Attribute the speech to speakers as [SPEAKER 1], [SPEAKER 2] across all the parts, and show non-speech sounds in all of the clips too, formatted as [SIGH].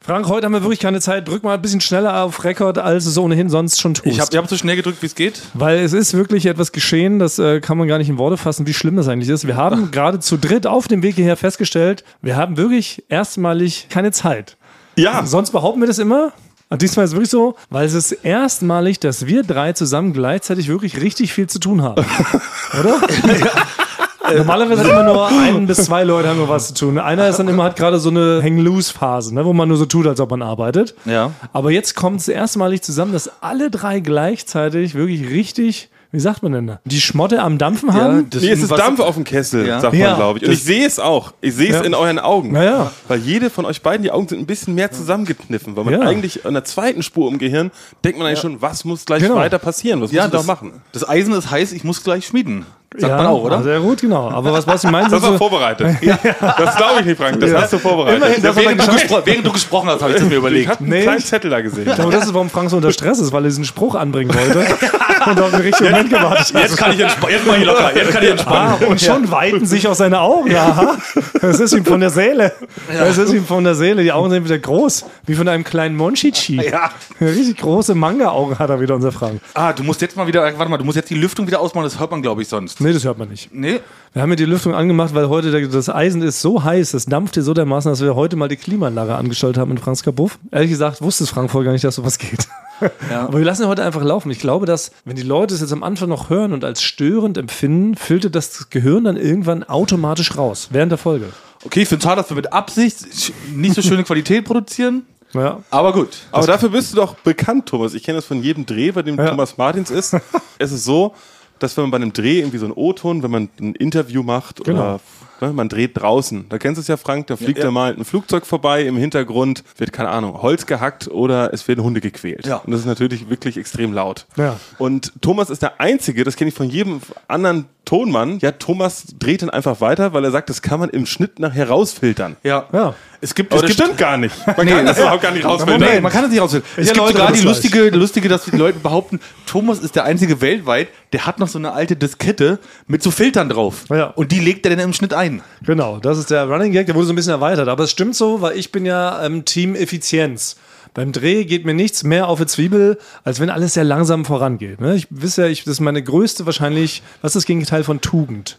[SPEAKER 1] Frank, heute haben wir wirklich keine Zeit. Drück mal ein bisschen schneller auf Rekord, als du es ohnehin sonst schon tust.
[SPEAKER 2] Ich habe hab so schnell gedrückt, wie es geht.
[SPEAKER 1] Weil es ist wirklich etwas geschehen, das äh, kann man gar nicht in Worte fassen, wie schlimm das eigentlich ist. Wir haben gerade zu dritt auf dem Weg hierher festgestellt, wir haben wirklich erstmalig keine Zeit.
[SPEAKER 2] Ja.
[SPEAKER 1] Sonst behaupten wir das immer. Und diesmal ist es wirklich so, weil es ist erstmalig, dass wir drei zusammen gleichzeitig wirklich richtig viel zu tun
[SPEAKER 2] [LAUGHS]
[SPEAKER 1] haben. Oder? Äh, Normalerweise hat immer
[SPEAKER 2] [LAUGHS]
[SPEAKER 1] nur ein bis zwei Leute haben nur was zu tun. Einer ist dann immer hat gerade so eine Hang-Loose-Phase, ne, wo man nur so tut, als ob man arbeitet.
[SPEAKER 2] Ja.
[SPEAKER 1] Aber jetzt kommt es erstmalig zusammen, dass alle drei gleichzeitig wirklich richtig, wie sagt man denn da, die Schmotte am Dampfen
[SPEAKER 3] Ähm,
[SPEAKER 1] haben.
[SPEAKER 2] Nee, es ist Dampf auf dem Kessel,
[SPEAKER 3] Ja.
[SPEAKER 2] sagt man,
[SPEAKER 1] Ja.
[SPEAKER 2] glaube ich. Und ich sehe es auch. Ich sehe es
[SPEAKER 1] Ja.
[SPEAKER 2] in euren Augen.
[SPEAKER 1] Na ja.
[SPEAKER 2] Weil jede von euch beiden, die Augen sind ein bisschen mehr zusammengekniffen. Weil man
[SPEAKER 1] Ja.
[SPEAKER 2] eigentlich an der zweiten Spur im Gehirn denkt man eigentlich schon, was muss gleich
[SPEAKER 1] Genau.
[SPEAKER 2] weiter passieren? Was muss ich
[SPEAKER 3] das,
[SPEAKER 2] noch machen?
[SPEAKER 3] das Eisen ist heiß, ich muss gleich schmieden. Sagt
[SPEAKER 1] Ja,
[SPEAKER 3] man auch, oder?
[SPEAKER 1] Sehr gut, genau. Aber was, was ich
[SPEAKER 3] [LAUGHS]
[SPEAKER 1] meine,
[SPEAKER 2] Das
[SPEAKER 1] sind
[SPEAKER 2] war
[SPEAKER 1] so, [LAUGHS]
[SPEAKER 2] vorbereitet. Das glaube ich nicht, Frank. Das hast du vorbereitet.
[SPEAKER 1] Immerhin, das
[SPEAKER 2] Während
[SPEAKER 3] während, du
[SPEAKER 2] du
[SPEAKER 3] gespro- während du gesprochen hast, habe ich es mir
[SPEAKER 2] Ich
[SPEAKER 3] überlegt.
[SPEAKER 2] hatte einen
[SPEAKER 1] Nee.
[SPEAKER 2] kleinen Zettel
[SPEAKER 1] [LAUGHS]
[SPEAKER 2] da gesehen.
[SPEAKER 1] aber das ist, warum Frank so unter Stress ist, weil er diesen Spruch anbringen wollte
[SPEAKER 3] [LAUGHS]
[SPEAKER 1] und auf den richtigen Moment gewartet hat.
[SPEAKER 3] Jetzt kann ich entspannen. Jetzt mach ich locker. Jetzt kann ich
[SPEAKER 1] Ah,
[SPEAKER 3] entspannen.
[SPEAKER 1] und schon weiten sich auch seine Augen. Aha. Das ist ihm von der Seele. Das ist ihm von der Seele. Die Augen sind wieder groß, wie von einem kleinen Monchichi.
[SPEAKER 3] Ja.
[SPEAKER 1] Richtig große Manga-Augen hat er wieder, unser Frank.
[SPEAKER 3] Ah, du musst jetzt mal wieder, warte mal, du musst jetzt die Lüftung wieder ausmachen, das hört man, glaube ich, sonst.
[SPEAKER 1] Nee, das hört man nicht.
[SPEAKER 3] Nee?
[SPEAKER 1] Wir haben ja die Lüftung angemacht, weil heute der- das Eisen ist so heiß, das dampfte so dermaßen, dass wir heute mal die Klimaanlage angestellt haben in Franz Kabuff. Ehrlich gesagt wusste es Frank vorher gar nicht, dass sowas geht. Aber wir lassen ihn heute einfach laufen. Ich glaube, dass, wenn die Leute es jetzt am Anfang noch hören und als störend empfinden, filtert das Gehirn dann irgendwann automatisch raus, während der Folge.
[SPEAKER 3] Okay, ich finde schade, dass wir mit Absicht sch- nicht so schöne Qualität produzieren. Also,
[SPEAKER 1] Ja.
[SPEAKER 3] Aber gut.
[SPEAKER 2] Aber dafür bist du doch bekannt, Thomas. Ich kenne das von jedem Dreh, bei dem
[SPEAKER 1] Ja.
[SPEAKER 2] Thomas Martins ist. es ist so, dass wenn man bei einem Dreh irgendwie so einen O-Ton, wenn man ein Interview macht
[SPEAKER 1] Genau.
[SPEAKER 2] oder ne, man dreht draußen, da kennst du es ja, Frank, da fliegt ja, mal ein Flugzeug vorbei, im Hintergrund wird, keine Ahnung, Holz gehackt oder es werden Hunde gequält.
[SPEAKER 3] Ja.
[SPEAKER 2] Und das ist natürlich wirklich extrem laut.
[SPEAKER 1] Ja.
[SPEAKER 2] Und Thomas ist der Einzige, das kenne ich von jedem anderen Tonmann, ja, Thomas dreht dann einfach weiter, weil er sagt, das kann man im Schnitt nachher rausfiltern.
[SPEAKER 3] Ja.
[SPEAKER 1] Ja.
[SPEAKER 3] Es gibt,
[SPEAKER 2] Aber
[SPEAKER 3] es
[SPEAKER 2] das
[SPEAKER 3] gibt
[SPEAKER 2] stimmt gar nicht. Man kann
[SPEAKER 1] äh,
[SPEAKER 2] das überhaupt gar nicht rausfiltern.
[SPEAKER 3] Nee, man kann das nicht rausfinden. Es
[SPEAKER 1] Ja,
[SPEAKER 3] gibt
[SPEAKER 1] Leute,
[SPEAKER 3] sogar
[SPEAKER 1] das
[SPEAKER 3] die
[SPEAKER 1] weiß
[SPEAKER 3] lustige, lustige, dass die Leute behaupten, Thomas ist der einzige weltweit, der hat noch so eine alte Diskette mit so Filtern drauf.
[SPEAKER 1] Ja.
[SPEAKER 3] Und die legt er dann im Schnitt ein.
[SPEAKER 1] Genau, das ist der Running Gag, der wurde so ein bisschen erweitert. Aber es stimmt so, weil ich bin ja ähm, Team Effizienz. Beim Dreh geht mir nichts mehr auf die Zwiebel, als wenn alles sehr langsam vorangeht. Ne? Ich weiß ja, ich, das ist meine größte wahrscheinlich, was ist das Gegenteil von Tugend?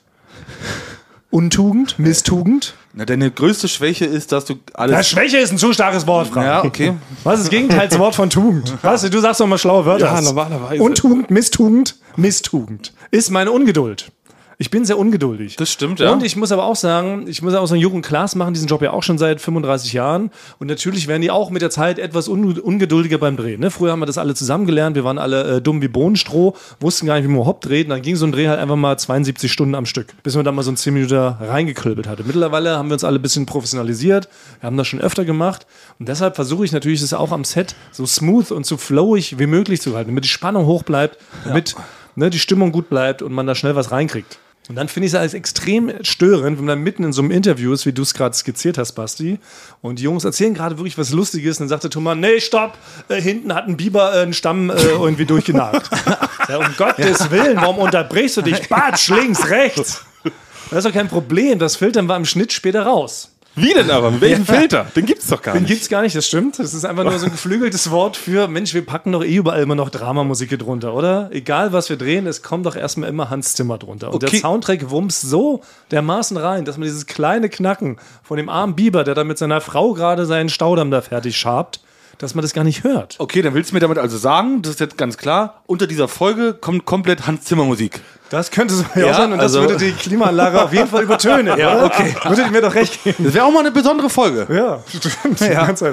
[SPEAKER 1] Untugend? Misstugend?
[SPEAKER 3] Na, deine größte Schwäche ist, dass du
[SPEAKER 1] Na,
[SPEAKER 3] alles.
[SPEAKER 1] Schwäche ist ein zu starkes Wort, Frank.
[SPEAKER 3] Ja, okay.
[SPEAKER 1] Was ist das Gegenteil zum Wort von Tugend? Was, du sagst doch mal schlaue Wörter.
[SPEAKER 2] Ja, normalerweise.
[SPEAKER 1] Untugend, Misstugend, Misstugend. Ist meine Ungeduld. Ich bin sehr ungeduldig.
[SPEAKER 3] Das stimmt, ja.
[SPEAKER 1] Und ich muss aber auch sagen, ich muss auch sagen, Jürgen Klaas machen diesen Job ja auch schon seit 35 Jahren. Und natürlich werden die auch mit der Zeit etwas un ungeduldiger beim Drehen. Ne? Früher haben wir das alle zusammen gelernt. Wir waren alle äh, dumm wie Bohnenstroh, wussten gar nicht, wie man überhaupt dreht. Und dann ging so ein Dreh halt einfach mal 72 Stunden am Stück, bis man dann mal so ein 10 Minuten reingekribbelt hatte. Mittlerweile haben wir uns alle ein bisschen professionalisiert. Wir haben das schon öfter gemacht. Und deshalb versuche ich natürlich, das auch am Set so smooth und so flowig wie möglich zu halten, damit die Spannung hoch bleibt, damit ne, die Stimmung gut bleibt und man da schnell was reinkriegt. Und dann finde ich es als extrem störend, wenn man mitten in so einem Interview ist, wie du es gerade skizziert hast, Basti. Und die Jungs erzählen gerade wirklich was Lustiges. Und dann sagte Thomas, nee, stopp, äh, hinten hat ein Biber äh, einen Stamm äh, irgendwie durchgenagt. ja, um Gottes Willen, warum unterbrichst du dich? Batsch, links, rechts. Das ist doch kein Problem. Das filtern wir im Schnitt später raus.
[SPEAKER 2] Wie denn aber? Mit welchem Filter? Den gibt's doch gar
[SPEAKER 1] Den
[SPEAKER 2] nicht.
[SPEAKER 1] gibt's gar nicht, das stimmt. Das ist einfach nur so ein geflügeltes Wort für, Mensch, wir packen doch eh überall immer noch Dramamusik hier drunter, oder? Egal, was wir drehen, es kommt doch erstmal immer Hans Zimmer drunter. Und
[SPEAKER 3] Okay.
[SPEAKER 1] der Soundtrack wumms so dermaßen rein, dass man dieses kleine Knacken von dem armen Biber, der da mit seiner Frau gerade seinen Staudamm da fertig schabt, dass man das gar nicht hört.
[SPEAKER 3] Okay, dann willst du mir damit also sagen, das ist jetzt ganz klar, unter dieser Folge kommt komplett Hans Zimmer Musik.
[SPEAKER 1] Das könnte so ja,
[SPEAKER 3] Ja,
[SPEAKER 1] sein und
[SPEAKER 3] also-
[SPEAKER 1] das würde die Klimaanlage auf jeden Fall übertönen.
[SPEAKER 3] [LAUGHS] Ja,
[SPEAKER 1] oder?
[SPEAKER 3] okay.
[SPEAKER 1] Würdet ihr mir doch recht geben.
[SPEAKER 3] Das wäre auch mal eine besondere Folge.
[SPEAKER 1] Ja, stimmt.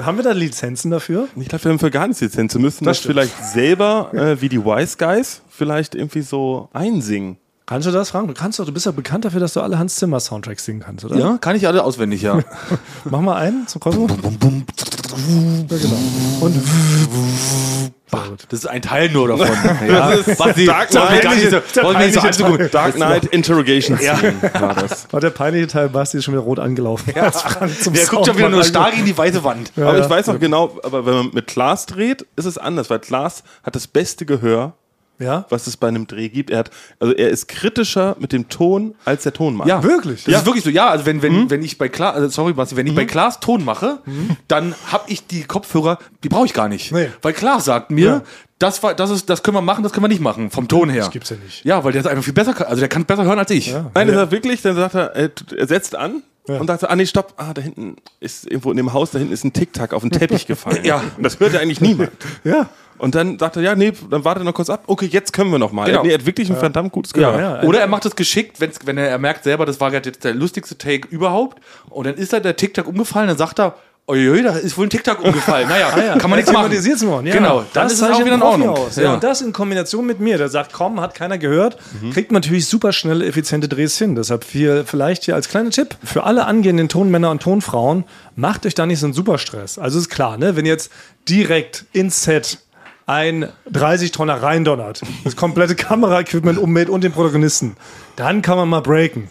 [SPEAKER 1] Haben wir da Lizenzen dafür?
[SPEAKER 2] Ich glaube, wir haben für gar nichts Lizenz. Wir müssen das,
[SPEAKER 1] stimmt.
[SPEAKER 2] vielleicht selber, äh, wie die Wise Guys, vielleicht irgendwie so einsingen.
[SPEAKER 1] Kannst du das fragen? Du kannst doch, du bist ja bekannt dafür, dass du alle Hans Zimmer Soundtracks singen kannst, oder?
[SPEAKER 3] Ja, kann ich alle auswendig, ja.
[SPEAKER 1] Mach mal einen zum Cosmo.
[SPEAKER 3] Bum, bum.
[SPEAKER 1] Ja, genau. Und
[SPEAKER 3] Das ist ein Teil nur davon. ja, das ist was die,
[SPEAKER 2] Dark
[SPEAKER 3] wollen wir gar
[SPEAKER 2] Knight.
[SPEAKER 3] nicht so,
[SPEAKER 1] Der
[SPEAKER 3] wollen wir nicht so
[SPEAKER 1] peinliche
[SPEAKER 3] angucken.
[SPEAKER 2] Dark Knight Interrogation Scene war das.
[SPEAKER 1] war der peinliche Teil, Basti ist schon wieder rot angelaufen. [LAUGHS] Ja.
[SPEAKER 3] Der guckt schon wieder nur stark in die weiße Wand.
[SPEAKER 2] aber ich weiß noch genau, aber wenn man mit Klaas dreht, ist es anders, weil Klaas hat das beste Gehör
[SPEAKER 1] Ja?
[SPEAKER 2] was es bei einem Dreh gibt. Er hat, also er ist kritischer mit dem Ton als der Tonmann.
[SPEAKER 3] Ja,
[SPEAKER 1] Wirklich?
[SPEAKER 3] Das ist wirklich so. Ja, also wenn, wenn, wenn ich bei Klaas, also sorry, Basti, wenn ich bei Klaas Ton mache, dann habe ich die Kopfhörer, die brauche ich gar nicht.
[SPEAKER 1] Nee.
[SPEAKER 3] Weil Klaas sagt mir,
[SPEAKER 1] Ja.
[SPEAKER 3] das, war, das, ist, das können wir machen, das können wir nicht machen, vom Ton her. Das
[SPEAKER 1] gibt's ja nicht.
[SPEAKER 3] Ja, weil der ist einfach viel besser, kann- also der kann besser hören als ich.
[SPEAKER 2] Nein, er sagt wirklich, dann sagt er, er, t- er setzt an und sagt so, ah nee, stopp, ah, da hinten ist irgendwo in dem Haus, da hinten ist ein Tic-Tac auf den
[SPEAKER 1] [LAUGHS]
[SPEAKER 2] Teppich gefallen.
[SPEAKER 3] Ja.
[SPEAKER 2] Und das hört ja eigentlich niemand.
[SPEAKER 1] Ja.
[SPEAKER 2] Und dann sagt er, ja, nee, dann warte noch kurz ab. Okay, jetzt können wir noch mal.
[SPEAKER 3] Genau.
[SPEAKER 2] Nee, er hat wirklich ein verdammt gutes Gehör.
[SPEAKER 1] Ja,
[SPEAKER 3] Oder er macht es geschickt, wenn's, wenn er, er merkt selber, das war gerade jetzt der lustigste Take überhaupt. Und dann ist da der TikTok umgefallen, dann sagt er, Uiui, da ist wohl ein TikTok umgefallen.
[SPEAKER 1] [LAUGHS]
[SPEAKER 3] Naja,
[SPEAKER 1] Ah,
[SPEAKER 3] [LAUGHS] kann man nichts machen.
[SPEAKER 1] Thematisiert's Morgen. Ja,
[SPEAKER 3] Genau, dann ist es
[SPEAKER 1] zeichnet
[SPEAKER 3] auch wieder
[SPEAKER 1] einen
[SPEAKER 3] in
[SPEAKER 1] Profi
[SPEAKER 3] Ordnung.
[SPEAKER 1] Aus. Ja. Und das in Kombination mit mir, der sagt, komm, hat keiner gehört,
[SPEAKER 3] Mhm.
[SPEAKER 1] kriegt man natürlich super schnelle, effiziente Drehs hin. Deshalb hier, vielleicht hier als kleiner Tipp für alle angehenden Tonmänner und Tonfrauen, macht euch da nicht so einen Superstress. Also ist klar, ne? wenn jetzt direkt ins Set ein 30-Tonner reindonnert, das komplette [LAUGHS] Kameraequipment ummäht und den Protagonisten, dann kann man mal breaken.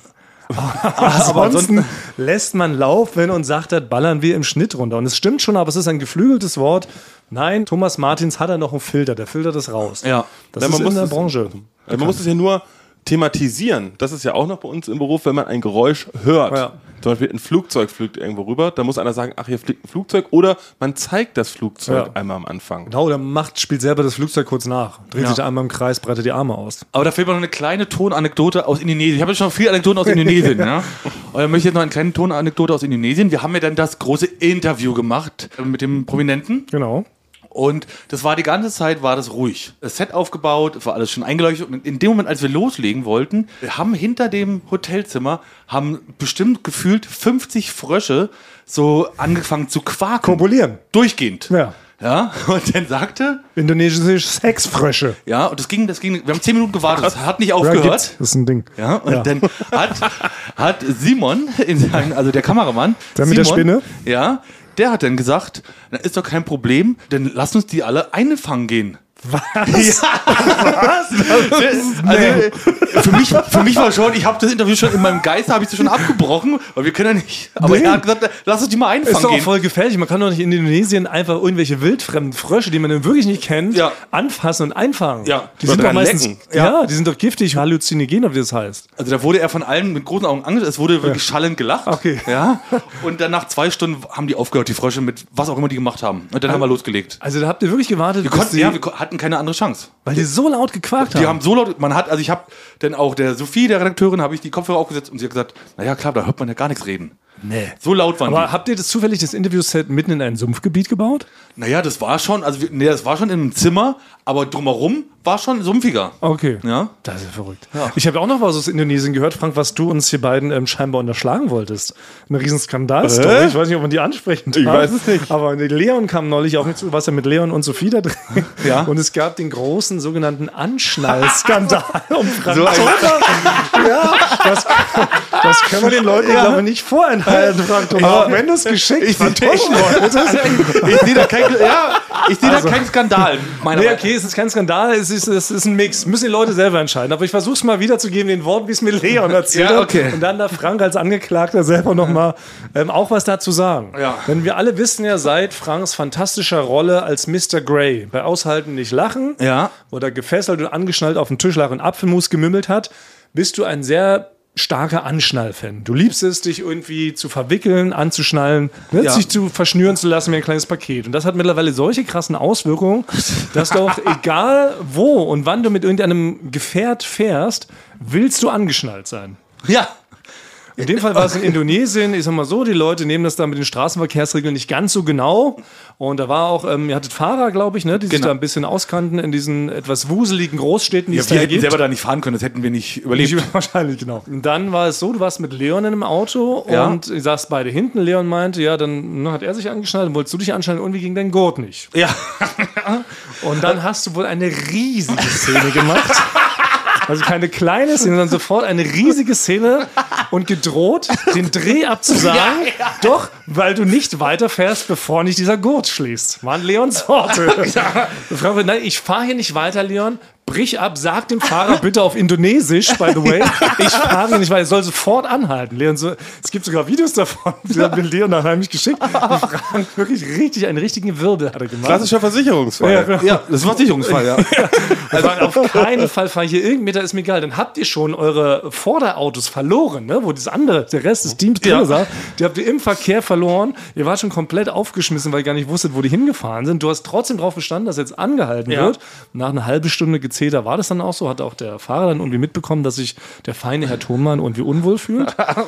[SPEAKER 1] Aber Also ansonsten lässt man laufen und sagt, das ballern wir im Schnitt runter. Und es stimmt schon, aber es ist ein geflügeltes Wort. Nein, Thomas Martins hat da noch einen Filter, der filtert das raus.
[SPEAKER 3] Ja.
[SPEAKER 1] das
[SPEAKER 2] Nein,
[SPEAKER 1] ist
[SPEAKER 2] man
[SPEAKER 1] in
[SPEAKER 2] muss
[SPEAKER 1] der
[SPEAKER 2] es-
[SPEAKER 1] Branche.
[SPEAKER 2] Also man muss es ja nur thematisieren. Das ist ja auch noch bei uns im Beruf, wenn man ein Geräusch hört.
[SPEAKER 1] Ja.
[SPEAKER 2] Zum Beispiel ein Flugzeug fliegt irgendwo rüber, da muss einer sagen, ach, hier fliegt ein Flugzeug. Oder man zeigt das Flugzeug
[SPEAKER 1] Ja.
[SPEAKER 2] einmal am Anfang.
[SPEAKER 1] Genau, der macht, spielt selber das Flugzeug kurz nach, dreht
[SPEAKER 3] Ja.
[SPEAKER 1] sich da einmal im Kreis, breitet die Arme aus.
[SPEAKER 3] Aber da fehlt mir noch eine kleine Tonanekdote aus Indonesien. Ich habe jetzt schon viele Anekdoten aus
[SPEAKER 1] [LAUGHS]
[SPEAKER 3] Indonesien. ja. Und dann möchte ich jetzt noch eine kleine Tonanekdote aus Indonesien. Wir haben ja dann das große Interview gemacht äh, mit dem Prominenten.
[SPEAKER 1] Genau.
[SPEAKER 3] Und das war die ganze Zeit, war das ruhig. Das Set aufgebaut, es war alles schon eingeleuchtet. Und in dem Moment, als wir loslegen wollten, haben hinter dem Hotelzimmer, haben bestimmt gefühlt 50 Frösche so angefangen zu quaken.
[SPEAKER 1] Kopulieren.
[SPEAKER 3] Durchgehend.
[SPEAKER 1] Ja.
[SPEAKER 3] Ja, [LAUGHS] und dann sagte,
[SPEAKER 1] Indonesische Sexfrösche.
[SPEAKER 3] ja, und das ging, das ging, wir haben 10 Minuten gewartet, das hat nicht
[SPEAKER 1] Ja,
[SPEAKER 3] aufgehört.
[SPEAKER 1] gibt's. Das ist ein Ding.
[SPEAKER 3] Ja, und
[SPEAKER 1] Ja.
[SPEAKER 3] dann hat, hat Simon, in seinen, also der Kameramann,
[SPEAKER 1] Der mit
[SPEAKER 3] Simon,
[SPEAKER 1] der Spinne?
[SPEAKER 3] Ja, der hat dann gesagt, na, ist doch kein Problem, dann lass uns die alle einfangen gehen.
[SPEAKER 1] Was?
[SPEAKER 3] Also, für, mich, für mich war schon, ich habe das Interview schon in meinem Geist, habe ich es schon abgebrochen, weil wir können ja nicht. Aber
[SPEAKER 1] Nee.
[SPEAKER 3] er hat gesagt, lass uns die mal
[SPEAKER 1] Ist
[SPEAKER 3] einfangen
[SPEAKER 1] doch auch
[SPEAKER 3] gehen.
[SPEAKER 1] voll gefährlich. Man kann doch nicht in Indonesien einfach irgendwelche wildfremden Frösche, die man dann wirklich nicht kennt,
[SPEAKER 3] Ja.
[SPEAKER 1] anfassen und einfangen.
[SPEAKER 3] Ja.
[SPEAKER 1] Die sind
[SPEAKER 2] Oder
[SPEAKER 1] doch
[SPEAKER 2] dran
[SPEAKER 1] meistens,
[SPEAKER 2] lecken.
[SPEAKER 1] ja. die sind doch giftig, halluzinogen, oder wie das heißt.
[SPEAKER 3] Also da wurde er von allen mit großen Augen angeschaut, es wurde wirklich schallend gelacht.
[SPEAKER 1] Okay.
[SPEAKER 3] Ja. Und dann nach zwei Stunden haben die aufgehört, die Frösche, mit was auch immer die gemacht haben. Und dann haben wir losgelegt.
[SPEAKER 1] Also da habt ihr wirklich gewartet,
[SPEAKER 3] Wir
[SPEAKER 1] bis
[SPEAKER 3] konnten,
[SPEAKER 1] die-
[SPEAKER 3] ja, wir ko- hatten keine andere Chance.
[SPEAKER 1] weil die so laut gequakt
[SPEAKER 3] Die
[SPEAKER 1] haben.
[SPEAKER 3] haben so laut, man hat, also ich habe dann auch der Sophie, der Redakteurin, habe ich die Kopfhörer aufgesetzt und sie hat gesagt, naja klar, da hört man ja gar nichts reden.
[SPEAKER 1] Nee.
[SPEAKER 3] So laut waren
[SPEAKER 1] Aber habt ihr das zufällig das Interviewset mitten in ein Sumpfgebiet gebaut?
[SPEAKER 3] die. Naja, das war schon, also wir- nee, das war schon in einem Zimmer, aber drumherum war schon sumpfiger. [LAUGHS]
[SPEAKER 1] Okay.
[SPEAKER 3] Ja.
[SPEAKER 1] Das ist ja verrückt.
[SPEAKER 3] Ja.
[SPEAKER 1] Ich habe auch noch was aus Indonesien gehört, Frank, was du uns hier beiden ähm, scheinbar unterschlagen wolltest. Eine riesen Skandalstory.
[SPEAKER 2] Äh?
[SPEAKER 1] Ich weiß nicht, ob man die ansprechen darf.
[SPEAKER 2] Ich weiß es nicht.
[SPEAKER 1] Aber Leon kam neulich auf mich zu, was er mit Leon und Sophie da drin.
[SPEAKER 3] Ja.
[SPEAKER 1] Und es gab den großen sogenannten Anschnallskandal um Frank
[SPEAKER 3] So ein-
[SPEAKER 1] Thomas. ja, das, das können wir den Leuten, glaube ich, nicht vorenthalten, Frank Thomas. Auch wenn du es geschickt vertuschen wolltest.
[SPEAKER 3] Ich sehe da keinen ja, ich seh da keinen Skandal. Meiner
[SPEAKER 1] Nee,
[SPEAKER 3] Meinung
[SPEAKER 1] okay, es ist kein Skandal, es ist, es ist ein Mix. Müssen die Leute selber entscheiden. Aber ich versuche es mal wiederzugeben, den Worten, wie es mir
[SPEAKER 3] [LAUGHS]
[SPEAKER 1] Leon erzählt
[SPEAKER 3] Ja,
[SPEAKER 1] hat.
[SPEAKER 3] okay.
[SPEAKER 1] Und dann darf Frank als Angeklagter selber nochmal ähm, auch was dazu sagen.
[SPEAKER 3] Ja.
[SPEAKER 1] Denn wir alle wissen ja seit Franks fantastischer Rolle als Mr. Grey bei Aushalten nicht lachen,
[SPEAKER 3] Ja.
[SPEAKER 1] wo er gefesselt und angeschnallt auf dem Tischler und Apfelmus gemümmelt hat, bist du ein sehr starker Anschnallfan. Du liebst es, dich irgendwie zu verwickeln, anzuschnallen, ne,
[SPEAKER 3] Ja.
[SPEAKER 1] sich zu verschnüren zu lassen wie ein kleines Paket. Und das hat mittlerweile solche krassen Auswirkungen, dass doch egal wo und wann du mit irgendeinem Gefährt fährst, willst du angeschnallt sein.
[SPEAKER 3] Ja.
[SPEAKER 1] In dem Fall war es in Indonesien, ich sag mal so, die Leute nehmen das da mit den Straßenverkehrsregeln nicht ganz so genau. Und da war auch, ähm, ihr hattet Fahrer, glaube ich, ne, die sich
[SPEAKER 3] Genau.
[SPEAKER 1] da ein bisschen auskannten in diesen etwas wuseligen Großstädten, die es
[SPEAKER 3] Wir
[SPEAKER 1] da
[SPEAKER 3] hätten
[SPEAKER 1] gibt.
[SPEAKER 3] selber da nicht fahren können, das hätten wir nicht überlebt.
[SPEAKER 1] Ich- Wahrscheinlich, genau. Und dann war es so, du warst mit Leon in einem Auto
[SPEAKER 3] Ja.
[SPEAKER 1] und ihr saßt beide hinten. Leon meinte, ja, dann ne, hat er sich angeschnallt, dann wolltest du dich anschnallen und wie ging dein Gurt nicht.
[SPEAKER 3] Ja.
[SPEAKER 1] Und dann hast du wohl eine riesige Szene gemacht. Also keine kleine Szene, sondern sofort eine riesige Szene, und gedroht, den Dreh abzusagen. Doch, weil du nicht weiterfährst, bevor nicht dieser Gurt schließt. Waren Leons Worte. Die Frau sagt, Nein, ich fahre hier nicht weiter, Leon. Brich ab, sag dem Fahrer bitte auf Indonesisch, by the way. Ich fahre hier nicht weiter, er soll sofort anhalten. Leon so, es gibt sogar Videos davon, die haben mir Leon dann heimlich geschickt. Die fragen wirklich richtig, einen richtigen Wirbel hat er gemacht.
[SPEAKER 2] Klassischer Versicherungsfall.
[SPEAKER 1] Ja, genau.
[SPEAKER 3] Ja, das war Sicherungsfall, [LAUGHS] ja.
[SPEAKER 1] Also auf keinen Fall fahre ich hier irgendeinen Meter, ist mir egal. Dann habt ihr schon eure Vorderautos verloren, ne? wo das andere, der Rest des Teams drin saß. Die habt ihr im Verkehr verloren. Ihr wart schon komplett aufgeschmissen, weil ihr gar nicht wusstet, wo die hingefahren sind. Du hast trotzdem darauf bestanden, dass jetzt angehalten wird. Nach einer halben Stunde Gezeter war das dann auch so. Hat auch der Fahrer dann irgendwie mitbekommen, dass sich der feine Herr Thonmann irgendwie unwohl
[SPEAKER 3] [LAUGHS]
[SPEAKER 1] fühlt. Dann hat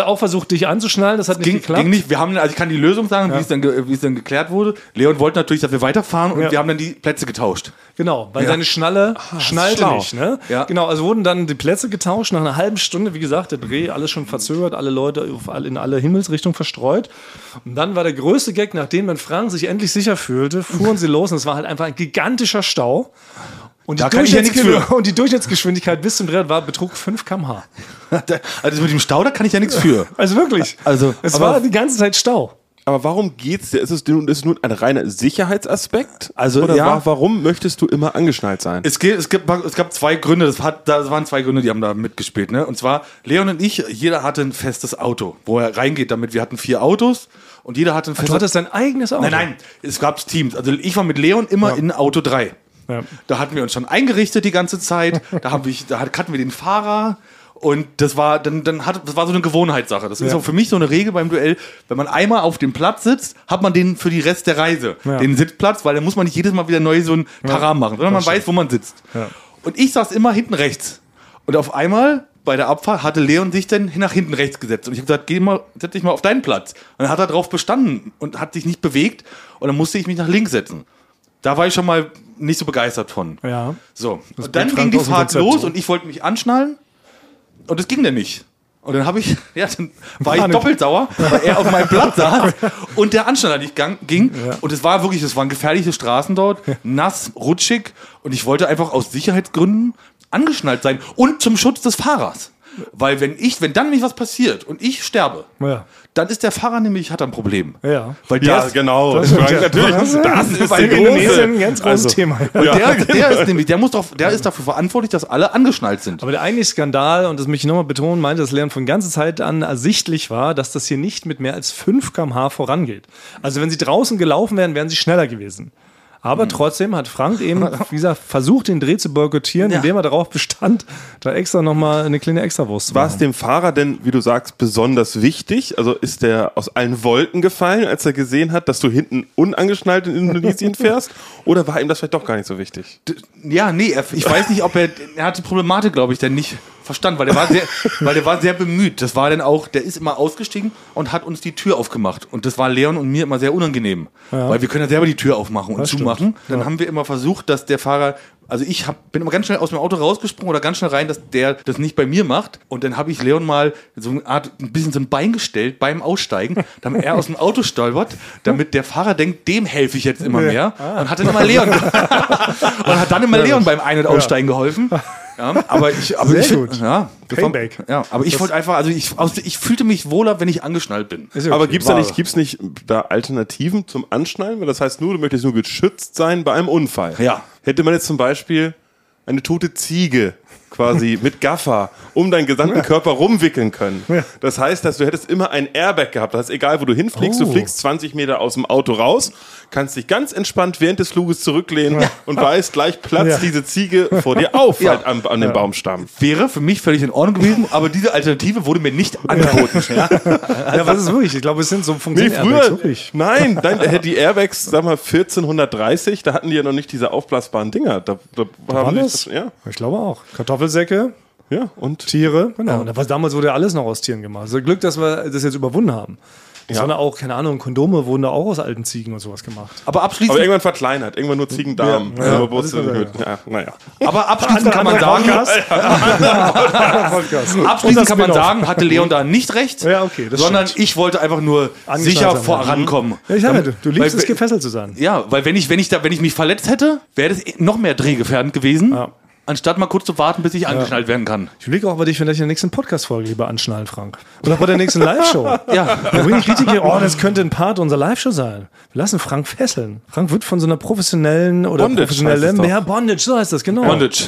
[SPEAKER 1] er auch versucht, dich anzuschnallen. Das hat nicht
[SPEAKER 3] Ging,
[SPEAKER 1] geklappt.
[SPEAKER 3] ging nicht. Wir haben, also ich kann die Lösung sagen, wie, es dann, ge- wie es dann geklärt wurde. Leon wollte natürlich, dass wir weiterfahren und
[SPEAKER 1] Ja.
[SPEAKER 3] wir haben dann die Plätze getauscht.
[SPEAKER 1] Genau, weil seine Schnalle schnallte
[SPEAKER 3] Ah, schlau.
[SPEAKER 1] nicht. Ne?
[SPEAKER 3] Ja.
[SPEAKER 1] Genau, also wurden dann die Plätze getauscht. Nach einer halben Stunde, wie gesagt, der Dreh, alles schon verzögert, alle Leute auf alle- in alle Himmelsrichtungen verstreut. Und dann war der größte Gag, nachdem man Frank sich endlich sicher fühlte, fuhren sie los und es war halt einfach ein gigantischer Stau. Und die,
[SPEAKER 3] kann ich ja nichts
[SPEAKER 1] Durchschnittsgeschw- und die Durchschnittsgeschwindigkeit bis zum Dreh war betrug 5 km/h.
[SPEAKER 3] Also das mit dem Stau, da kann ich ja nichts für.
[SPEAKER 1] Also wirklich.
[SPEAKER 3] Also,
[SPEAKER 1] es
[SPEAKER 3] aber-
[SPEAKER 1] war die ganze Zeit Stau.
[SPEAKER 2] Aber warum geht's dir? Ist es nun, ist es nun ein reiner Sicherheitsaspekt?
[SPEAKER 3] Also,
[SPEAKER 2] Oder
[SPEAKER 3] ja.
[SPEAKER 2] wa- warum möchtest du immer angeschnallt sein?
[SPEAKER 3] Es, geht, es, gibt, es gab zwei Gründe, das, hat, das waren zwei Gründe, die haben da mitgespielt. Ne? Und zwar, Leon und ich, jeder hatte ein festes Auto, wo er reingeht damit. Wir hatten vier Autos und jeder hatte ein
[SPEAKER 1] Du
[SPEAKER 3] festes
[SPEAKER 1] hattest dein eigenes Auto.
[SPEAKER 3] Nein, nein, es gab Teams. Also ich war mit Leon immer in Auto 3.
[SPEAKER 1] Ja.
[SPEAKER 3] Da hatten wir uns schon eingerichtet die ganze Zeit. Da, haben wir, da hat- hatten wir den Fahrer. Und das war dann, dann hat, das war so eine Gewohnheitssache. Das ist so für mich so eine Regel beim Duell. Wenn man einmal auf dem Platz sitzt, hat man den für die Rest der Reise, den Sitzplatz, weil dann muss man nicht jedes Mal wieder neu so ein Taram machen, sondern man weiß, wo man sitzt. Und ich saß immer hinten rechts. Und auf einmal bei der Abfahrt hatte Leon sich dann nach hinten rechts gesetzt. Und ich habe gesagt, geh mal, setz dich mal auf deinen Platz. Und dann hat er drauf bestanden und hat sich nicht bewegt. Und dann musste ich mich nach links setzen. Da war ich schon mal nicht so begeistert von.
[SPEAKER 1] Ja.
[SPEAKER 3] So. Und dann
[SPEAKER 1] bringt Frank
[SPEAKER 3] ging die
[SPEAKER 1] aus dem
[SPEAKER 3] Fahrt
[SPEAKER 1] Konzept, ne?
[SPEAKER 3] los
[SPEAKER 1] so.
[SPEAKER 3] und ich wollte mich anschnallen. Und das ging dann nicht. Und dann habe ich, [LAUGHS] ja, dann war ich
[SPEAKER 1] Panik.
[SPEAKER 3] doppelt sauer, weil
[SPEAKER 1] [LAUGHS]
[SPEAKER 3] er auf meinem Platz saß und der Anschnaller nicht gang, ging. Und es war wirklich, es waren gefährliche Straßen dort, nass, rutschig. Und ich wollte einfach aus Sicherheitsgründen angeschnallt sein und zum Schutz des Fahrers. Weil wenn ich, wenn dann nämlich was passiert und ich sterbe,
[SPEAKER 1] Ja.
[SPEAKER 3] dann ist der Fahrer nämlich, hat er ein Problem.
[SPEAKER 1] Ja.
[SPEAKER 3] Weil der,
[SPEAKER 2] ja,
[SPEAKER 3] ist-
[SPEAKER 2] genau. Das, natürlich. Das, ist
[SPEAKER 1] Bei
[SPEAKER 2] die
[SPEAKER 1] Indonesien
[SPEAKER 2] große.
[SPEAKER 1] ein ganz großes
[SPEAKER 2] Also,
[SPEAKER 1] Thema.
[SPEAKER 3] der, der ist nämlich, der muss drauf, der ist dafür verantwortlich, dass alle angeschnallt sind.
[SPEAKER 1] Aber der eigentliche Skandal, und das möchte ich nochmal betonen, meinte das Lernen von ganzer Zeit an ersichtlich war, dass das hier nicht mit mehr als 5 km/h vorangeht. Also wenn sie draußen gelaufen wären, wären sie schneller gewesen. Aber
[SPEAKER 2] Hm.
[SPEAKER 1] trotzdem hat Frank
[SPEAKER 2] [LAUGHS]
[SPEAKER 1] eben, wie gesagt, versucht, den Dreh zu boykottieren,
[SPEAKER 3] Ja.
[SPEAKER 1] indem er darauf bestand, da extra nochmal eine kleine Extrawurst zu
[SPEAKER 2] War
[SPEAKER 1] machen.
[SPEAKER 2] es dem Fahrer denn, wie du sagst, besonders wichtig? Also ist der aus allen Wolken gefallen, als er gesehen hat, dass du hinten unangeschnallt in Indonesien fährst? Oder war ihm das vielleicht doch gar nicht so wichtig?
[SPEAKER 3] Ja, nee, er, ich weiß nicht, ob er, er hat die Problematik, glaube ich, dann nicht verstanden, weil der war sehr, weil der war sehr bemüht. Das war dann auch, der ist immer ausgestiegen und hat uns die Tür aufgemacht. Und das war Leon und mir immer sehr unangenehm, weil wir können ja selber die Tür aufmachen und zumachen. Dann haben wir immer versucht, dass der Fahrer, also ich hab, bin immer ganz schnell aus dem Auto rausgesprungen oder ganz schnell rein, dass der das nicht bei mir macht. Und dann habe ich Leon mal so eine Art, ein bisschen so ein Bein gestellt beim Aussteigen, damit er aus dem Auto stolpert, damit der Fahrer denkt, dem helfe ich jetzt immer mehr. [LAUGHS] Und hat dann immer Leon und hat dann immer Leon beim Ein- und Aussteigen geholfen. Ja, aber ich, aber
[SPEAKER 1] Sehr
[SPEAKER 3] ich, find-
[SPEAKER 1] gut.
[SPEAKER 3] Ja, das war-
[SPEAKER 1] Payback.
[SPEAKER 3] ja, aber ich wollte einfach, also ich, aus- ich fühlte mich wohler, wenn ich angeschnallt bin.
[SPEAKER 1] Ist ja
[SPEAKER 2] Aber
[SPEAKER 1] okay.
[SPEAKER 2] gibt's da
[SPEAKER 3] Ware.
[SPEAKER 2] nicht, gibt's nicht da Alternativen zum Anschnallen? Weil das heißt nur, du möchtest nur geschützt sein bei einem Unfall.
[SPEAKER 3] Ja.
[SPEAKER 2] Hätte man jetzt zum Beispiel eine tote Ziege
[SPEAKER 3] [LAUGHS]
[SPEAKER 2] quasi mit Gaffer um deinen gesamten Körper rumwickeln können. Das heißt, dass du hättest immer ein Airbag gehabt. Das heißt, egal wo du hinfliegst,
[SPEAKER 1] Oh.
[SPEAKER 2] du fliegst 20 Meter aus dem Auto raus, kannst dich ganz entspannt während des Fluges zurücklehnen und weißt, gleich platzt
[SPEAKER 1] Ja.
[SPEAKER 2] diese Ziege vor dir auf,
[SPEAKER 3] Ja.
[SPEAKER 2] halt am, an dem Baumstamm.
[SPEAKER 3] Wäre für mich völlig in Ordnung gewesen, aber diese Alternative wurde mir nicht angeboten. Ja.
[SPEAKER 1] [LAUGHS] ja, was ist wirklich? Ich glaube, es sind so
[SPEAKER 2] Nee,
[SPEAKER 1] funktioniert
[SPEAKER 2] früher.
[SPEAKER 1] [LAUGHS]
[SPEAKER 2] Nein, dann hätte die Airbags, sag mal, 1430, da hatten die ja noch nicht diese aufblasbaren Dinger. Da, da haben die
[SPEAKER 1] Alles?
[SPEAKER 2] das, ja,
[SPEAKER 1] Ich glaube auch. Kartoffelsäcke,
[SPEAKER 2] ja, und
[SPEAKER 1] Tiere. Genau. Und was, damals wurde ja alles noch aus Tieren gemacht. Also Glück, dass wir das jetzt überwunden haben. Das waren auch, keine Ahnung, Kondome wurden da auch aus alten Ziegen und sowas gemacht.
[SPEAKER 3] Aber
[SPEAKER 2] aber
[SPEAKER 3] abschließend,
[SPEAKER 2] irgendwann verkleinert, irgendwann nur Ziegendarm. also
[SPEAKER 1] Ja, ja.
[SPEAKER 2] Aber Brust-
[SPEAKER 1] Das ist ja-
[SPEAKER 2] ja, naja.
[SPEAKER 3] aber abschließend kann man sagen,
[SPEAKER 1] Unser
[SPEAKER 3] [LAUGHS] abschließend kann man
[SPEAKER 1] Spin-off.
[SPEAKER 3] sagen, hatte Leon da nicht recht,
[SPEAKER 1] Ja, okay, das
[SPEAKER 3] sondern ich wollte einfach nur
[SPEAKER 1] Angeschnallt
[SPEAKER 3] sicher
[SPEAKER 1] sein,
[SPEAKER 3] vorankommen.
[SPEAKER 1] Ja, ich sage, du, du liebst
[SPEAKER 3] Weil-
[SPEAKER 1] es, gefesselt zu sein.
[SPEAKER 3] Ja, weil wenn ich, wenn ich da, wenn ich mich verletzt hätte, wäre das eh noch mehr drehgefährdend gewesen.
[SPEAKER 1] Ja.
[SPEAKER 3] anstatt mal kurz zu warten, bis ich angeschnallt werden kann.
[SPEAKER 1] Ich überlege auch, was ich vielleicht in der nächsten Podcast-Folge lieber anschnallen, Frank. Oder bei der nächsten Live-Show.
[SPEAKER 3] [LAUGHS] Ja.
[SPEAKER 1] Da bin ich richtig, hier, oh, das könnte ein Part unserer Live-Show sein. Wir lassen Frank fesseln. Frank wird von so einer professionellen oder
[SPEAKER 2] Bondage heißt es
[SPEAKER 1] professionellen,
[SPEAKER 2] doch.
[SPEAKER 1] ja, Bondage, so heißt das, genau.
[SPEAKER 3] Bondage.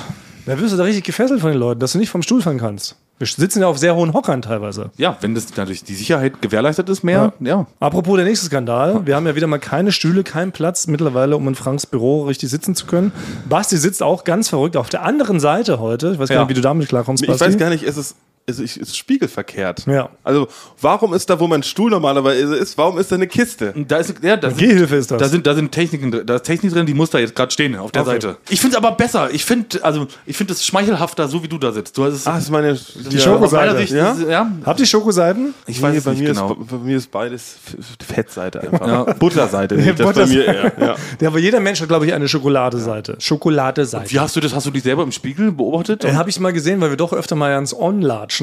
[SPEAKER 1] Da wirst du da richtig gefesselt von den Leuten, dass du nicht vom Stuhl fallen kannst. Wir sitzen ja auf sehr hohen Hockern teilweise.
[SPEAKER 3] Ja, wenn das natürlich die Sicherheit gewährleistet ist, mehr, ja.
[SPEAKER 1] Apropos der nächste Skandal. Wir haben ja wieder mal keine Stühle, keinen Platz mittlerweile, um in Franks Büro richtig sitzen zu können. Basti sitzt auch ganz verrückt auf der anderen Seite heute. Ich weiß gar
[SPEAKER 3] Ja.
[SPEAKER 1] nicht, wie du damit klarkommst,
[SPEAKER 2] Ich
[SPEAKER 1] Basti.
[SPEAKER 2] weiß gar nicht, es ist, es ist, es ist spiegelverkehrt.
[SPEAKER 1] Ja.
[SPEAKER 2] Also, warum ist da, wo mein Stuhl normalerweise ist, warum ist da eine Kiste?
[SPEAKER 3] Da ist, ja, da sind,
[SPEAKER 1] Gehhilfe ist das.
[SPEAKER 3] Da sind, da sind Techniken, drin- da ist Technik drin, die muss da jetzt gerade stehen, auf der
[SPEAKER 1] Okay.
[SPEAKER 3] Seite. Ich finde es aber besser. Ich finde, also, ich finde es schmeichelhafter, so wie du da sitzt. Du hast es,
[SPEAKER 2] Ah, ist meine die
[SPEAKER 1] Schoko-
[SPEAKER 3] aus meiner
[SPEAKER 1] Seite,
[SPEAKER 3] Sicht,
[SPEAKER 2] ja?
[SPEAKER 3] ja? ja?
[SPEAKER 1] Habt ihr Schokoseiten?
[SPEAKER 3] Ich weiß es
[SPEAKER 2] bei,
[SPEAKER 3] nicht
[SPEAKER 2] mir
[SPEAKER 3] genau.
[SPEAKER 2] ist, bei mir ist beides F- Fettseite einfach.
[SPEAKER 3] Ja.
[SPEAKER 2] Butterseite. nennt das bei
[SPEAKER 1] Butters-
[SPEAKER 2] mir eher.
[SPEAKER 1] [LAUGHS]
[SPEAKER 2] Ja.
[SPEAKER 1] Ja, aber jeder Mensch hat, glaube ich, eine Schokoladeseite. Schokoladeseite.
[SPEAKER 3] Wie hast du das? Hast du dich selber im Spiegel beobachtet?
[SPEAKER 1] Äh, habe ich mal gesehen, weil wir doch öfter mal ans On latschen.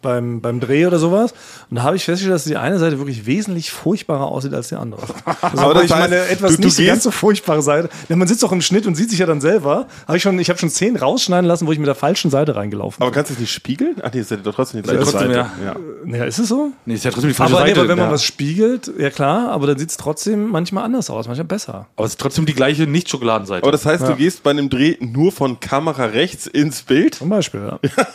[SPEAKER 1] Beim, beim Dreh oder sowas. Und da habe ich festgestellt, dass die eine Seite wirklich wesentlich furchtbarer aussieht als die
[SPEAKER 3] [LAUGHS]
[SPEAKER 1] andere. Also,
[SPEAKER 2] Aber das
[SPEAKER 1] ich meine,
[SPEAKER 2] heißt,
[SPEAKER 1] etwas
[SPEAKER 2] du- du
[SPEAKER 1] nicht so
[SPEAKER 2] gehst-
[SPEAKER 1] ganz so furchtbare Seite. Ja, man sitzt auch im Schnitt und sieht sich ja dann selber. Hab ich schon- ich habe schon zehn rausschneiden lassen, wo ich mit der falschen Seite reingelaufen
[SPEAKER 2] Aber kannst du es nicht spiegeln? Ach nee, ist ja doch trotzdem die
[SPEAKER 3] Ja,
[SPEAKER 2] gleiche
[SPEAKER 3] trotzdem,
[SPEAKER 2] Seite.
[SPEAKER 3] ja.
[SPEAKER 1] bin. Ja, ist es so?
[SPEAKER 3] Nee, ist ja trotzdem die falsche
[SPEAKER 1] Aber, nee,
[SPEAKER 3] Seite.
[SPEAKER 1] aber wenn man
[SPEAKER 3] ja.
[SPEAKER 1] was spiegelt, ja klar, aber dann sieht es trotzdem manchmal anders aus, manchmal besser.
[SPEAKER 3] aber es ist trotzdem die gleiche Nicht-Schokoladenseite.
[SPEAKER 2] Aber das heißt, du gehst bei einem Dreh nur von Kamera rechts ins Bild?
[SPEAKER 1] Zum Beispiel,
[SPEAKER 3] [LAUGHS]
[SPEAKER 1] ja.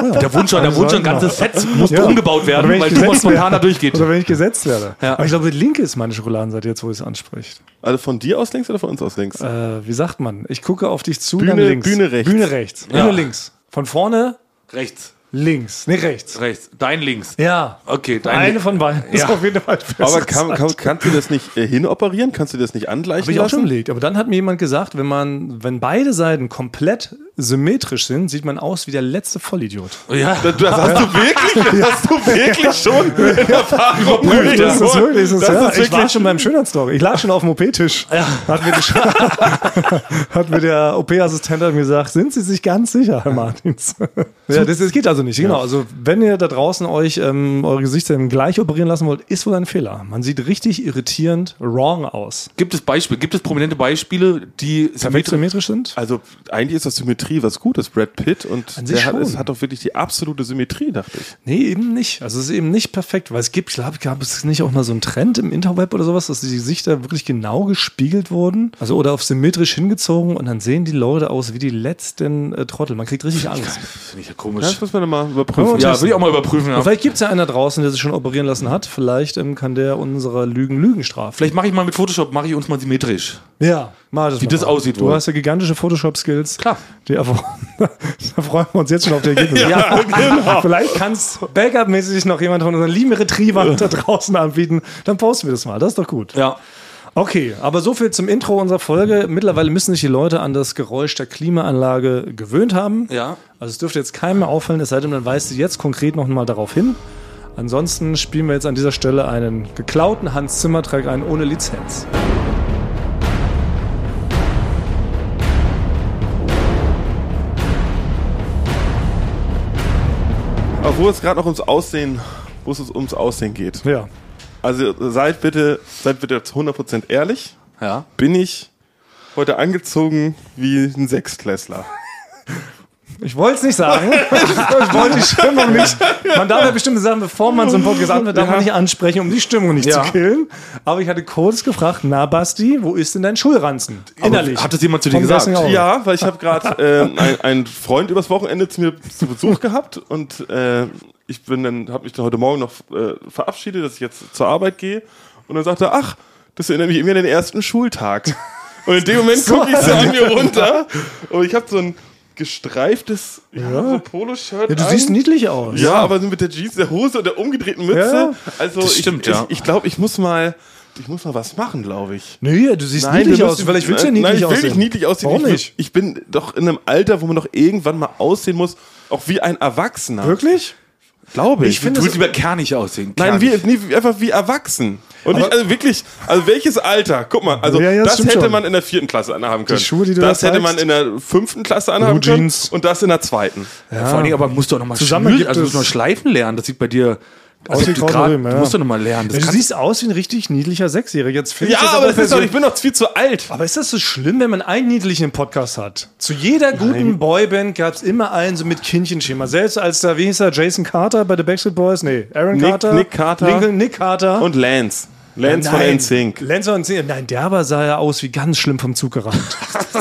[SPEAKER 3] Der Wunsch, der Wunsch, ein ganzes Set musste
[SPEAKER 1] Ja.
[SPEAKER 3] umgebaut werden,
[SPEAKER 1] Oder wenn
[SPEAKER 3] weil
[SPEAKER 1] ich
[SPEAKER 3] Thomas
[SPEAKER 1] gesetzt
[SPEAKER 3] spontan [LAUGHS]
[SPEAKER 1] werde.
[SPEAKER 3] da durchgeht.
[SPEAKER 1] Oder wenn ich gesetzt werde.
[SPEAKER 3] Ja.
[SPEAKER 1] Aber ich glaube, die linke ist meine Schokoladenseite, jetzt wo es anspricht.
[SPEAKER 2] Also von dir aus links oder von uns aus links?
[SPEAKER 1] Äh, wie sagt man? Ich gucke auf dich zu, dann
[SPEAKER 2] Bühne-
[SPEAKER 1] links.
[SPEAKER 2] Bühne rechts.
[SPEAKER 1] Bühne rechts.
[SPEAKER 3] Ja.
[SPEAKER 1] Bühne links. Von vorne
[SPEAKER 3] Rechts,
[SPEAKER 1] links. Nee, rechts.
[SPEAKER 3] rechts, dein links.
[SPEAKER 1] Ja.
[SPEAKER 3] Okay, dein
[SPEAKER 1] Eine
[SPEAKER 3] links.
[SPEAKER 1] von beiden. [LAUGHS]
[SPEAKER 3] Ja.
[SPEAKER 1] jeden Fall
[SPEAKER 2] Aber kann, kann, kannst du das nicht äh, hinoperieren? Kannst du das nicht angleichen
[SPEAKER 1] Habe ich auch schon
[SPEAKER 2] lassen?
[SPEAKER 1] überlegt. Aber dann hat mir jemand gesagt, wenn man, wenn beide Seiten komplett symmetrisch sind, sieht man aus wie der letzte Vollidiot.
[SPEAKER 3] Ja.
[SPEAKER 2] Das hast du
[SPEAKER 3] [LAUGHS]
[SPEAKER 2] wirklich, das hast du wirklich schon in Erfahrung gebracht.
[SPEAKER 1] das ist wirklich, das ist,
[SPEAKER 2] Das
[SPEAKER 1] ja,
[SPEAKER 2] ist
[SPEAKER 1] ich war
[SPEAKER 2] wirklich-
[SPEAKER 1] schon beim Schönheitsdog. Ich lag schon auf dem OP-Tisch. Hat, mir die [LAUGHS] Sch- hat mir der OP-Assistent dann gesagt, sind Sie sich ganz sicher, Herr Martins? ja, das, das geht also nicht. Genau. Also, wenn ihr da draußen euch ähm, eure Gesichtszellen gleich operieren lassen wollt, ist wohl ein Fehler. Man sieht richtig irritierend wrong aus.
[SPEAKER 3] Gibt es Beispiele? Gibt es prominente Beispiele, die
[SPEAKER 1] Perfekt symmetrisch sind?
[SPEAKER 2] Also eigentlich ist das Symmetrie was Gutes, Brad Pitt. Und
[SPEAKER 1] sich
[SPEAKER 2] der hat,
[SPEAKER 1] schon.
[SPEAKER 2] es hat doch wirklich die absolute Symmetrie, dachte ich.
[SPEAKER 1] Nee, eben nicht. Also es ist eben nicht perfekt, weil es gibt, ich glaube, gab es nicht auch mal so einen Trend im Interweb oder sowas, dass die Gesichter wirklich genau gespiegelt wurden, also oder auf symmetrisch hingezogen und dann sehen die Leute aus wie die letzten äh, Trottel. Man kriegt richtig Angst.
[SPEAKER 3] Finde ich ja komisch.
[SPEAKER 2] Das müssen wir nochmal überprüfen.
[SPEAKER 1] Oh,
[SPEAKER 3] Ja, will ich auch mal überprüfen.
[SPEAKER 1] Und
[SPEAKER 3] Ja.
[SPEAKER 1] vielleicht gibt es ja einer draußen, der sich schon operieren lassen hat. Vielleicht ähm, kann der unserer Lügen Lügen strafen.
[SPEAKER 3] Vielleicht mache ich mal mit Photoshop, mache ich uns mal symmetrisch.
[SPEAKER 1] Ja, mal das Wie
[SPEAKER 3] das aussieht
[SPEAKER 1] Du
[SPEAKER 3] wohl.
[SPEAKER 1] hast ja gigantische Photoshop-Skills.
[SPEAKER 3] Klar.
[SPEAKER 1] Die, da [LAUGHS] freuen wir uns jetzt schon auf die
[SPEAKER 3] [LAUGHS]
[SPEAKER 1] Ergebnisse. [LAUGHS]
[SPEAKER 3] genau.
[SPEAKER 1] Vielleicht kann es Backup-mäßig noch jemand von unseren lieben Retrievern da draußen anbieten. Dann posten wir das mal. Das ist doch gut.
[SPEAKER 3] Ja.
[SPEAKER 1] Okay, aber so viel zum Intro unserer Folge. Mittlerweile müssen sich die Leute an das Geräusch der Klimaanlage gewöhnt haben.
[SPEAKER 3] Ja.
[SPEAKER 1] Also es dürfte jetzt keinem mehr auffallen, es sei denn, man weist jetzt konkret noch mal darauf hin. Ansonsten spielen wir jetzt an dieser Stelle einen geklauten Hans Zimmer-Track ein ohne Lizenz.
[SPEAKER 2] Obwohl es gerade noch ums Aussehen, wo es ums Aussehen geht.
[SPEAKER 1] Ja.
[SPEAKER 2] Also seid bitte, seid bitte jetzt 100% ehrlich.
[SPEAKER 3] Ja.
[SPEAKER 2] Bin ich heute angezogen wie ein Sechstklässler?
[SPEAKER 1] Ich wollte es nicht sagen.
[SPEAKER 3] [LAUGHS]
[SPEAKER 1] ich wollte die Stimmung nicht. Man darf ja bestimmte Sachen, bevor man so einen Podcast anfängt, darf man nicht ansprechen, um die Stimmung nicht
[SPEAKER 3] Ja.
[SPEAKER 1] zu killen. Aber ich hatte kurz gefragt, na Basti, wo ist denn dein Schulranzen? Innerlich.
[SPEAKER 3] hat das jemand zu dir
[SPEAKER 1] Vom
[SPEAKER 3] gesagt?
[SPEAKER 1] Dressing Auge.
[SPEAKER 2] Ja, weil ich habe gerade äh, ein- einen Freund übers Wochenende zu mir zu Besuch gehabt und äh, ich bin dann habe mich dann heute Morgen noch äh, verabschiedet, dass ich jetzt zur Arbeit gehe und dann sagte er, ach, das erinnert mich irgendwie an den ersten Schultag. Und in dem Moment gucke ich so an mir runter und ich habe so ein gestreiftes ja. so Poloshirt.
[SPEAKER 1] Ja, du
[SPEAKER 2] an.
[SPEAKER 1] siehst niedlich aus.
[SPEAKER 2] Ja, aber so mit der Jeans, der Hose und der umgedrehten Mütze. Also
[SPEAKER 3] Das
[SPEAKER 2] ich,
[SPEAKER 3] stimmt,
[SPEAKER 2] ich,
[SPEAKER 3] ja.
[SPEAKER 2] ich glaube, ich muss mal, ich muss mal was machen, glaube ich.
[SPEAKER 1] Nö, du siehst niedlich
[SPEAKER 2] wir
[SPEAKER 1] aus.
[SPEAKER 2] müssen-
[SPEAKER 1] Vielleicht willst du ja
[SPEAKER 2] nein,
[SPEAKER 1] niedlich
[SPEAKER 2] ich will
[SPEAKER 1] aussehen.
[SPEAKER 2] nicht niedlich aussehen.
[SPEAKER 1] Warum
[SPEAKER 2] ich, will-
[SPEAKER 1] nicht?
[SPEAKER 2] ich bin doch in einem Alter, wo man doch irgendwann mal aussehen muss, auch wie ein Erwachsener.
[SPEAKER 1] Wirklich?
[SPEAKER 2] Glaube ich.
[SPEAKER 1] Ich finde das-
[SPEAKER 3] Du willst lieber kernig aussehen.
[SPEAKER 2] Nein,
[SPEAKER 3] kernig.
[SPEAKER 2] wie, nie, einfach wie erwachsen. Und ich, also wirklich, also welches Alter? Guck mal, also
[SPEAKER 1] Ja, ja, das
[SPEAKER 2] das,
[SPEAKER 1] stimmt
[SPEAKER 2] hätte
[SPEAKER 1] schon.
[SPEAKER 2] man in der vierten Klasse anhaben können.
[SPEAKER 1] Schuhe, die du
[SPEAKER 2] das
[SPEAKER 1] da
[SPEAKER 2] hätte
[SPEAKER 1] zeigst.
[SPEAKER 2] man in der fünften Klasse anhaben können
[SPEAKER 1] Jeans.
[SPEAKER 2] und das in der zweiten.
[SPEAKER 3] Vor allen Dingen, aber musst du auch nochmal
[SPEAKER 1] Zusammen
[SPEAKER 3] schnüren,
[SPEAKER 1] gibt
[SPEAKER 3] also
[SPEAKER 1] es-
[SPEAKER 3] musst du noch schleifen lernen. Das sieht bei dir
[SPEAKER 1] Aussieht
[SPEAKER 3] Also du
[SPEAKER 1] Kraut nach
[SPEAKER 3] grad-
[SPEAKER 1] drüben, ja.
[SPEAKER 3] musst du noch mal lernen. Das
[SPEAKER 1] Ja, du
[SPEAKER 3] kannst-
[SPEAKER 1] siehst aus wie ein richtig niedlicher Sechsjähriger. Jetzt finde
[SPEAKER 2] Ja,
[SPEAKER 1] ich das
[SPEAKER 2] aber das ist doch,
[SPEAKER 1] persönlich-
[SPEAKER 2] ich bin doch viel zu alt.
[SPEAKER 1] Aber ist das so schlimm, wenn man einen niedlichen im Podcast hat? Zu jeder guten Boyband gab es immer einen so mit Kindchenschema. Selbst als da, wie hieß er, Jason Carter bei The Backstreet Boys? Nee, Aaron
[SPEAKER 2] Nick-
[SPEAKER 1] Carter.
[SPEAKER 2] Nick Carter.
[SPEAKER 1] Lincoln, Nick Carter.
[SPEAKER 2] Und Lance. Lance
[SPEAKER 1] [LAUGHS]
[SPEAKER 2] von NSYNC.
[SPEAKER 1] Lenz von NSYNC. Nein, der aber sah ja aus wie ganz schlimm vom Zug
[SPEAKER 2] [LAUGHS]
[SPEAKER 1] gerannt.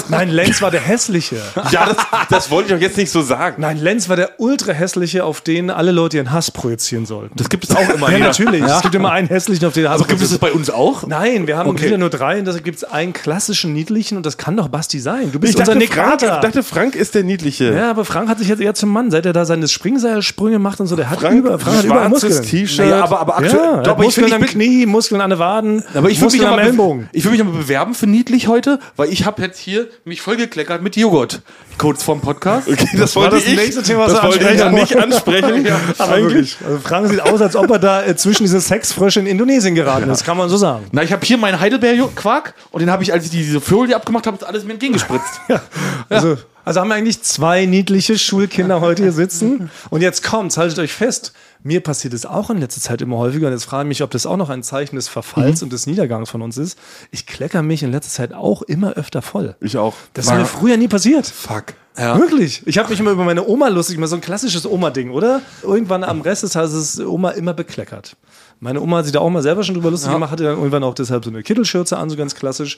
[SPEAKER 1] Nein, Lenz war der Hässliche.
[SPEAKER 2] Ja, das, das wollte ich auch jetzt nicht so sagen.
[SPEAKER 1] Nein, Lenz war der Ultra-Hässliche, auf den alle Leute ihren Hass projizieren sollten.
[SPEAKER 3] Das gibt es auch immer
[SPEAKER 1] ja,
[SPEAKER 3] wieder.
[SPEAKER 1] natürlich. Es gibt immer einen Hässlichen, auf den der Hass
[SPEAKER 2] Also
[SPEAKER 3] Aber gibt es das bei uns auch?
[SPEAKER 1] Nein, wir haben
[SPEAKER 3] Okay.
[SPEAKER 1] wieder nur drei und deshalb gibt es einen klassischen niedlichen und das kann doch Basti sein. Du bist
[SPEAKER 2] Ich
[SPEAKER 1] unser
[SPEAKER 2] dachte,
[SPEAKER 1] Nick
[SPEAKER 2] Frank, ich
[SPEAKER 1] Carter.
[SPEAKER 2] dachte, Frank ist der Niedliche.
[SPEAKER 1] ja, aber Frank hat sich jetzt eher zum Mann, seit er da seine Springseilsprünge macht und so, der hat über, Frank hat überall
[SPEAKER 2] schwarzes
[SPEAKER 1] Muskeln.
[SPEAKER 2] T-Shirt.
[SPEAKER 3] Naja, aber- aber aktuell-
[SPEAKER 1] ja,
[SPEAKER 3] Doch,
[SPEAKER 1] aber
[SPEAKER 3] aber ich
[SPEAKER 1] Muskeln
[SPEAKER 3] finde,
[SPEAKER 1] am
[SPEAKER 3] ich bin-
[SPEAKER 1] Knie, Muskeln an den Waden,
[SPEAKER 3] Aber ich würde mich,
[SPEAKER 1] Muskeln
[SPEAKER 3] aber
[SPEAKER 1] am
[SPEAKER 3] be-
[SPEAKER 1] Ellenbogen.
[SPEAKER 3] ich würd mich aber bewerben für niedlich heute, weil ich habe jetzt hier mich vollgekleckert mit Joghurt. Kurz vorm Podcast.
[SPEAKER 2] Okay, das
[SPEAKER 1] war
[SPEAKER 2] wollte
[SPEAKER 1] das
[SPEAKER 2] ich.
[SPEAKER 1] nächste Thema, was
[SPEAKER 2] das
[SPEAKER 1] wir
[SPEAKER 2] wollte ich ja
[SPEAKER 1] ansprechen [LAUGHS]
[SPEAKER 2] nicht ansprechen.
[SPEAKER 1] Aber wirklich, also Frank sieht aus, als ob er da äh, zwischen diese Sexfrösche in Indonesien geraten ist, kann man so sagen.
[SPEAKER 3] Na, ich habe hier meinen Heidelbeer-Quark und den habe ich, als ich diese Folie abgemacht habe, alles mir entgegengespritzt.
[SPEAKER 2] [LAUGHS]
[SPEAKER 1] Also, also haben wir eigentlich zwei niedliche Schulkinder heute hier sitzen. Und jetzt kommt's, haltet euch fest. Mir passiert es auch in letzter Zeit immer häufiger. Und jetzt frage ich mich, ob das auch noch ein Zeichen des
[SPEAKER 2] Mhm.
[SPEAKER 1] Verfalls und des Niedergangs von uns ist. Ich klecker mich in letzter Zeit auch immer öfter voll.
[SPEAKER 2] Ich auch.
[SPEAKER 1] Das ist mir früher nie passiert.
[SPEAKER 2] Fuck.
[SPEAKER 3] Ja.
[SPEAKER 1] Wirklich. Ich habe mich immer über meine Oma lustig gemacht. So ein klassisches Oma-Ding, oder? Irgendwann am Rest des Tages ist Oma immer bekleckert. Meine Oma hat sich da auch mal selber schon drüber lustig gemacht, hatte dann irgendwann auch deshalb so eine Kittelschürze an, so ganz klassisch.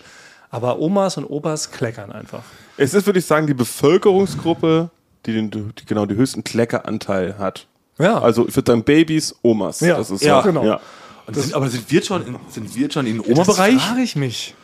[SPEAKER 1] Aber Omas und Opas kleckern einfach.
[SPEAKER 2] Es ist, würde ich sagen, die Bevölkerungsgruppe, die, den, die genau die höchsten Kleckeranteil hat.
[SPEAKER 1] Ja.
[SPEAKER 2] Also ich würde sagen Babys, Omas.
[SPEAKER 1] Ja,
[SPEAKER 2] das ist
[SPEAKER 1] ja,
[SPEAKER 2] so.
[SPEAKER 1] genau.
[SPEAKER 2] Ja.
[SPEAKER 3] Und sind, aber sind wir jetzt schon in, sind wir jetzt schon in den
[SPEAKER 1] Oberbereich?
[SPEAKER 3] Oma-Bereich?
[SPEAKER 1] frage ich mich.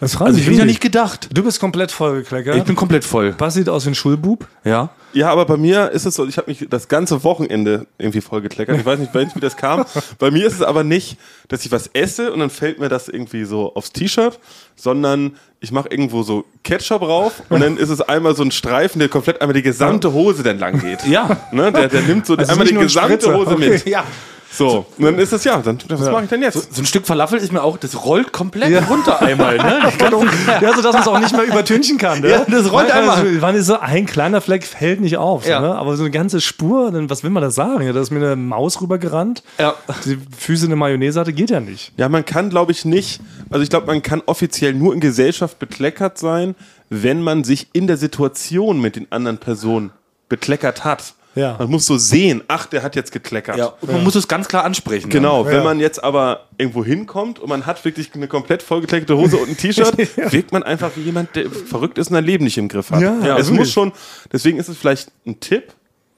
[SPEAKER 1] Das frage
[SPEAKER 3] Also ich
[SPEAKER 1] ich
[SPEAKER 3] bin
[SPEAKER 1] mich.
[SPEAKER 3] ja nicht gedacht.
[SPEAKER 1] Du bist komplett vollgekleckert.
[SPEAKER 3] Ich bin komplett voll.
[SPEAKER 1] Was sieht aus wie ein Schulbub?
[SPEAKER 3] Ja.
[SPEAKER 2] Ja, aber bei mir ist es so, ich habe mich das ganze Wochenende irgendwie vollgekleckert. Ich weiß nicht, welch- wie
[SPEAKER 1] [LAUGHS]
[SPEAKER 2] das kam. Bei mir ist es aber nicht, dass ich was esse und dann fällt mir das irgendwie so aufs T-Shirt, sondern ich mache irgendwo so Ketchup rauf und dann ist es einmal so ein Streifen, der komplett einmal die gesamte Hose dann lang geht.
[SPEAKER 3] Ja.
[SPEAKER 2] Ne? Der, der nimmt so einmal
[SPEAKER 1] Also nicht
[SPEAKER 2] die
[SPEAKER 1] nur ein
[SPEAKER 2] gesamte
[SPEAKER 1] Spritzer.
[SPEAKER 2] Hose
[SPEAKER 1] Okay.
[SPEAKER 2] mit.
[SPEAKER 3] Ja.
[SPEAKER 2] So, und dann ist es ja, dann, was mache ich denn jetzt?
[SPEAKER 3] So ein Stück Falafel ist mir auch, das rollt komplett runter einmal.
[SPEAKER 2] [LAUGHS]
[SPEAKER 3] Ne? Die ganze-
[SPEAKER 1] Ja, sodass man es auch nicht mehr übertünchen kann. Ne?
[SPEAKER 3] Ja, das rollt
[SPEAKER 1] Manchmal
[SPEAKER 3] einmal.
[SPEAKER 1] Ist, wann ist so ein kleiner Fleck fällt nicht auf.
[SPEAKER 3] Ja.
[SPEAKER 1] Ne? Aber so eine ganze Spur, dann, was will man da sagen? Ja, da ist mir eine Maus rübergerannt,
[SPEAKER 3] Ja.
[SPEAKER 1] die Füße eine Mayonnaise hatte, geht ja nicht.
[SPEAKER 2] Ja, man kann, glaube ich, nicht, also ich glaube, man kann offiziell nur in Gesellschaft bekleckert sein, wenn man sich in der Situation mit den anderen Personen bekleckert hat.
[SPEAKER 1] Ja.
[SPEAKER 2] Man muss so sehen, ach, der hat jetzt gekleckert.
[SPEAKER 3] ja. Und man muss es ganz klar ansprechen. dann.
[SPEAKER 2] Genau,
[SPEAKER 1] Ja.
[SPEAKER 2] wenn man jetzt aber irgendwo hinkommt und man hat wirklich eine komplett vollgekleckte Hose und
[SPEAKER 1] [LAUGHS]
[SPEAKER 2] ein T-Shirt, wirkt man einfach wie jemand, der verrückt ist und sein Leben nicht im Griff hat.
[SPEAKER 1] Ja, ja,
[SPEAKER 2] es
[SPEAKER 1] wirklich.
[SPEAKER 2] muss schon, deswegen ist es vielleicht ein Tipp,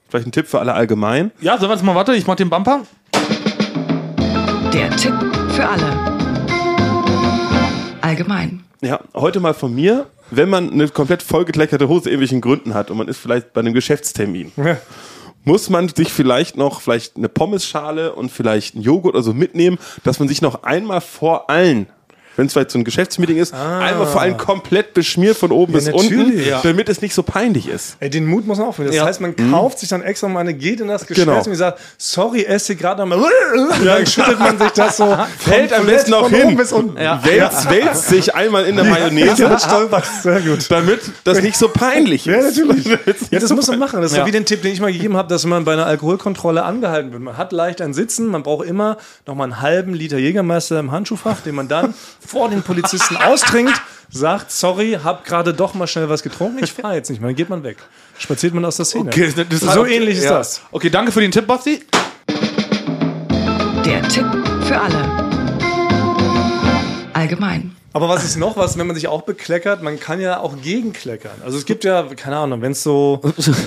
[SPEAKER 2] vielleicht ein Tipp für alle allgemein.
[SPEAKER 3] Ja, sollen wir jetzt mal, warte, ich mach den Bumper.
[SPEAKER 4] Der Tipp für alle. Allgemein.
[SPEAKER 2] Ja, heute mal von mir, wenn man eine komplett vollgekleckerte Hose irgendwelchen Gründen hat und man ist vielleicht bei einem Geschäftstermin, muss man sich vielleicht noch vielleicht eine Pommesschale und vielleicht einen Joghurt oder so mitnehmen, dass man sich noch einmal vor allen wenn es vielleicht so ein Geschäftsmeeting ist, einmal vor allem komplett beschmiert von oben bis unten,
[SPEAKER 1] natürlich. Ah. Ja.
[SPEAKER 2] damit es nicht so peinlich ist.
[SPEAKER 1] Ey, den Mut muss man auch finden. Das heißt, man
[SPEAKER 3] Mhm.
[SPEAKER 1] kauft sich dann extra mal eine, geht in das Geschäft
[SPEAKER 2] Genau.
[SPEAKER 1] und sagt, sorry, esse gerade nochmal.
[SPEAKER 3] genau.
[SPEAKER 1] Dann schüttelt man sich das so.
[SPEAKER 2] Fällt am besten auch
[SPEAKER 1] von
[SPEAKER 2] hin,
[SPEAKER 1] oben bis unten.
[SPEAKER 2] wälzt, wälzt sich einmal in der Mayonnaise,
[SPEAKER 1] Ja, stolperst. Sehr gut.
[SPEAKER 2] damit das nicht so peinlich
[SPEAKER 1] Ja,
[SPEAKER 2] ist.
[SPEAKER 1] natürlich. Ja, das muss man machen. Das ist
[SPEAKER 3] Ja.
[SPEAKER 1] so wie den Tipp, den ich mal gegeben habe, dass man bei einer Alkoholkontrolle angehalten wird. Man hat leicht ein Sitzen, man braucht immer noch mal einen halben Liter Jägermeister im Handschuhfach, den man
[SPEAKER 3] [LAUGHS]
[SPEAKER 1] dann vor den Polizisten austrinkt, sagt, sorry, hab gerade doch mal schnell was getrunken, ich fahre jetzt nicht mehr, dann geht man weg. Spaziert man aus der Szene.
[SPEAKER 3] Okay, das- das-
[SPEAKER 1] so ähnlich ist
[SPEAKER 3] Ja.
[SPEAKER 1] das.
[SPEAKER 3] Okay, danke für den Tipp, Basti.
[SPEAKER 4] Der Tipp für alle. Allgemein.
[SPEAKER 1] Aber was ist noch was, wenn man sich auch bekleckert, man kann ja auch gegenkleckern. Also es gibt ja, keine Ahnung, wenn es
[SPEAKER 2] [LAUGHS]
[SPEAKER 1] so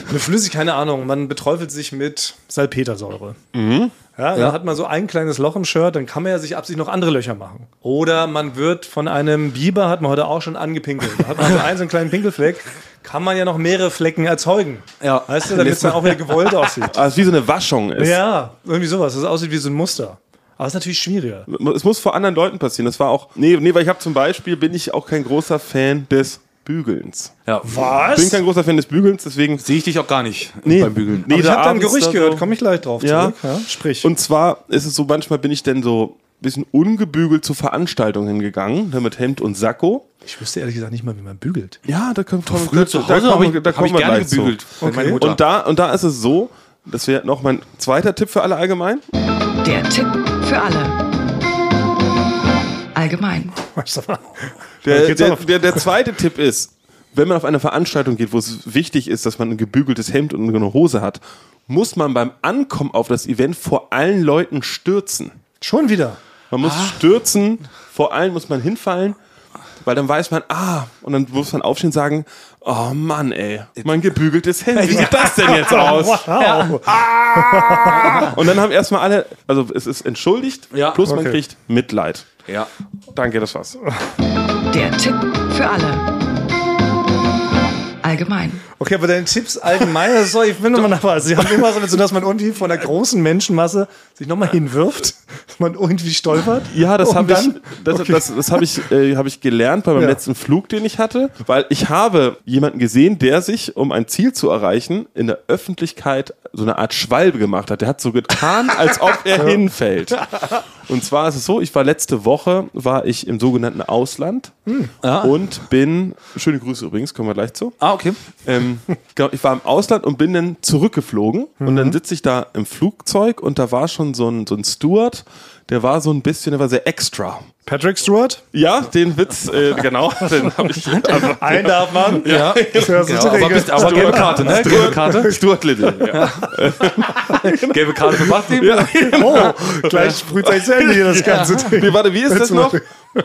[SPEAKER 1] eine Flüssigkeit, keine Ahnung, man beträufelt sich mit Salpetersäure.
[SPEAKER 2] Mhm.
[SPEAKER 1] Ja, dann hat man so ein kleines Loch im Shirt, dann kann man ja sich absichtlich noch andere Löcher machen. Oder man wird von einem Biber, hat man heute auch schon angepinkelt. Da hat man so einen, so einen kleinen Pinkelfleck, kann man ja noch mehrere Flecken erzeugen.
[SPEAKER 3] Ja.
[SPEAKER 1] Weißt du, damit es dann auch wieder gewollt
[SPEAKER 2] [LAUGHS]
[SPEAKER 1] aussieht.
[SPEAKER 2] [LAUGHS] Also wie so eine Waschung ist.
[SPEAKER 1] Ja, irgendwie sowas, das aussieht wie so ein Muster. Aber es ist natürlich schwieriger.
[SPEAKER 2] es muss vor anderen Leuten passieren. Das war auch. Nee, nee, weil ich habe zum Beispiel bin ich auch kein großer Fan des Bügelns.
[SPEAKER 3] Ja.
[SPEAKER 1] Was?
[SPEAKER 2] Ich bin kein großer Fan des Bügelns, deswegen.
[SPEAKER 3] Sehe ich dich auch gar nicht
[SPEAKER 2] Nee.
[SPEAKER 3] beim Bügeln.
[SPEAKER 2] Nee,
[SPEAKER 1] Ich
[SPEAKER 2] da
[SPEAKER 1] habe da ein
[SPEAKER 2] abends
[SPEAKER 1] Gerücht
[SPEAKER 2] da
[SPEAKER 1] gehört,
[SPEAKER 2] so-
[SPEAKER 1] komme ich gleich drauf
[SPEAKER 2] Ja.
[SPEAKER 1] zurück. Ja, sprich.
[SPEAKER 2] Und zwar ist es so, manchmal bin ich denn so ein bisschen ungebügelt zu Veranstaltungen hingegangen, ne, mit Hemd und Sakko.
[SPEAKER 1] Ich wüsste ehrlich gesagt nicht mal, wie man [LAUGHS] bügelt.
[SPEAKER 2] Ja, da kommt Tom.
[SPEAKER 3] Früher zu Hause habe ich, hab ich gerne gebügelt.
[SPEAKER 2] Zu.
[SPEAKER 1] Okay.
[SPEAKER 3] Meine Mutter.
[SPEAKER 2] Und da, und da ist es so, das wäre noch mein zweiter Tipp für alle allgemein.
[SPEAKER 4] Der Tipp für alle. Allgemein.
[SPEAKER 2] Der,
[SPEAKER 1] Geht's auch
[SPEAKER 2] der,
[SPEAKER 1] noch?
[SPEAKER 2] der, der zweite Tipp ist, wenn man auf eine Veranstaltung geht, wo es wichtig ist, dass man ein gebügeltes Hemd und eine Hose hat, muss man beim Ankommen auf das Event vor allen Leuten stürzen.
[SPEAKER 1] Schon wieder.
[SPEAKER 2] Man muss
[SPEAKER 1] Ah.
[SPEAKER 2] stürzen, vor allen muss man hinfallen, weil dann weiß man, ah, und dann muss man aufstehen und sagen, oh Mann, ey, mein gebügeltes Hemd, wie sieht das denn
[SPEAKER 1] [LAUGHS]
[SPEAKER 2] jetzt aus?
[SPEAKER 1] Oh, Wow.
[SPEAKER 2] Und dann haben erstmal alle, also es ist entschuldigt,
[SPEAKER 3] Ja.
[SPEAKER 2] plus man
[SPEAKER 1] Okay.
[SPEAKER 2] kriegt Mitleid.
[SPEAKER 3] Ja.
[SPEAKER 2] Danke, das war's.
[SPEAKER 4] Der Tipp für alle. Allgemein.
[SPEAKER 1] Okay, aber deine Tipps allgemein, das ist so, ich finde immer noch was. Sie haben immer so, so, dass man irgendwie von der großen Menschenmasse sich nochmal hinwirft, dass man irgendwie stolpert.
[SPEAKER 2] Ja, das
[SPEAKER 1] und
[SPEAKER 2] habe ich,
[SPEAKER 1] dann-
[SPEAKER 2] das,
[SPEAKER 1] okay.
[SPEAKER 2] das, das hab ich, äh, hab ich gelernt bei meinem
[SPEAKER 1] Ja.
[SPEAKER 2] letzten Flug, den ich hatte, weil ich habe jemanden gesehen, der sich, um ein Ziel zu erreichen, in der Öffentlichkeit so eine Art Schwalbe gemacht hat. Der hat so getan, als ob
[SPEAKER 1] [LAUGHS]
[SPEAKER 2] er hinfällt. Und zwar ist es so, ich war letzte Woche, war ich im sogenannten Ausland
[SPEAKER 1] Hm. Ah.
[SPEAKER 2] und bin, schöne Grüße übrigens, kommen wir gleich zu.
[SPEAKER 3] Ah, okay.
[SPEAKER 2] Ähm, genau, ich war im Ausland und bin dann zurückgeflogen. Und
[SPEAKER 1] Mhm.
[SPEAKER 2] dann sitze ich da im Flugzeug und da war schon so ein, so ein Steward, der war so ein bisschen, der war sehr extra.
[SPEAKER 1] Patrick Stewart?
[SPEAKER 2] Ja, den Witz, äh,
[SPEAKER 3] [LAUGHS]
[SPEAKER 2] genau, den habe ich. Also,
[SPEAKER 1] Einen darf man.
[SPEAKER 3] Ja.
[SPEAKER 1] Das gehört so
[SPEAKER 3] Genau,
[SPEAKER 1] zur
[SPEAKER 3] aber
[SPEAKER 1] Regel.
[SPEAKER 3] bist- aber gelbe Karte, ne? Gelbe
[SPEAKER 2] [LAUGHS]
[SPEAKER 3] Karte.
[SPEAKER 2] Stuart Little. Ja.
[SPEAKER 3] Gelbe Karte für Basti.
[SPEAKER 1] Oh, gleich sprüht sein Handy hier das ganze Ding.
[SPEAKER 2] Wie, warte, wie ist das
[SPEAKER 1] Zum
[SPEAKER 2] noch?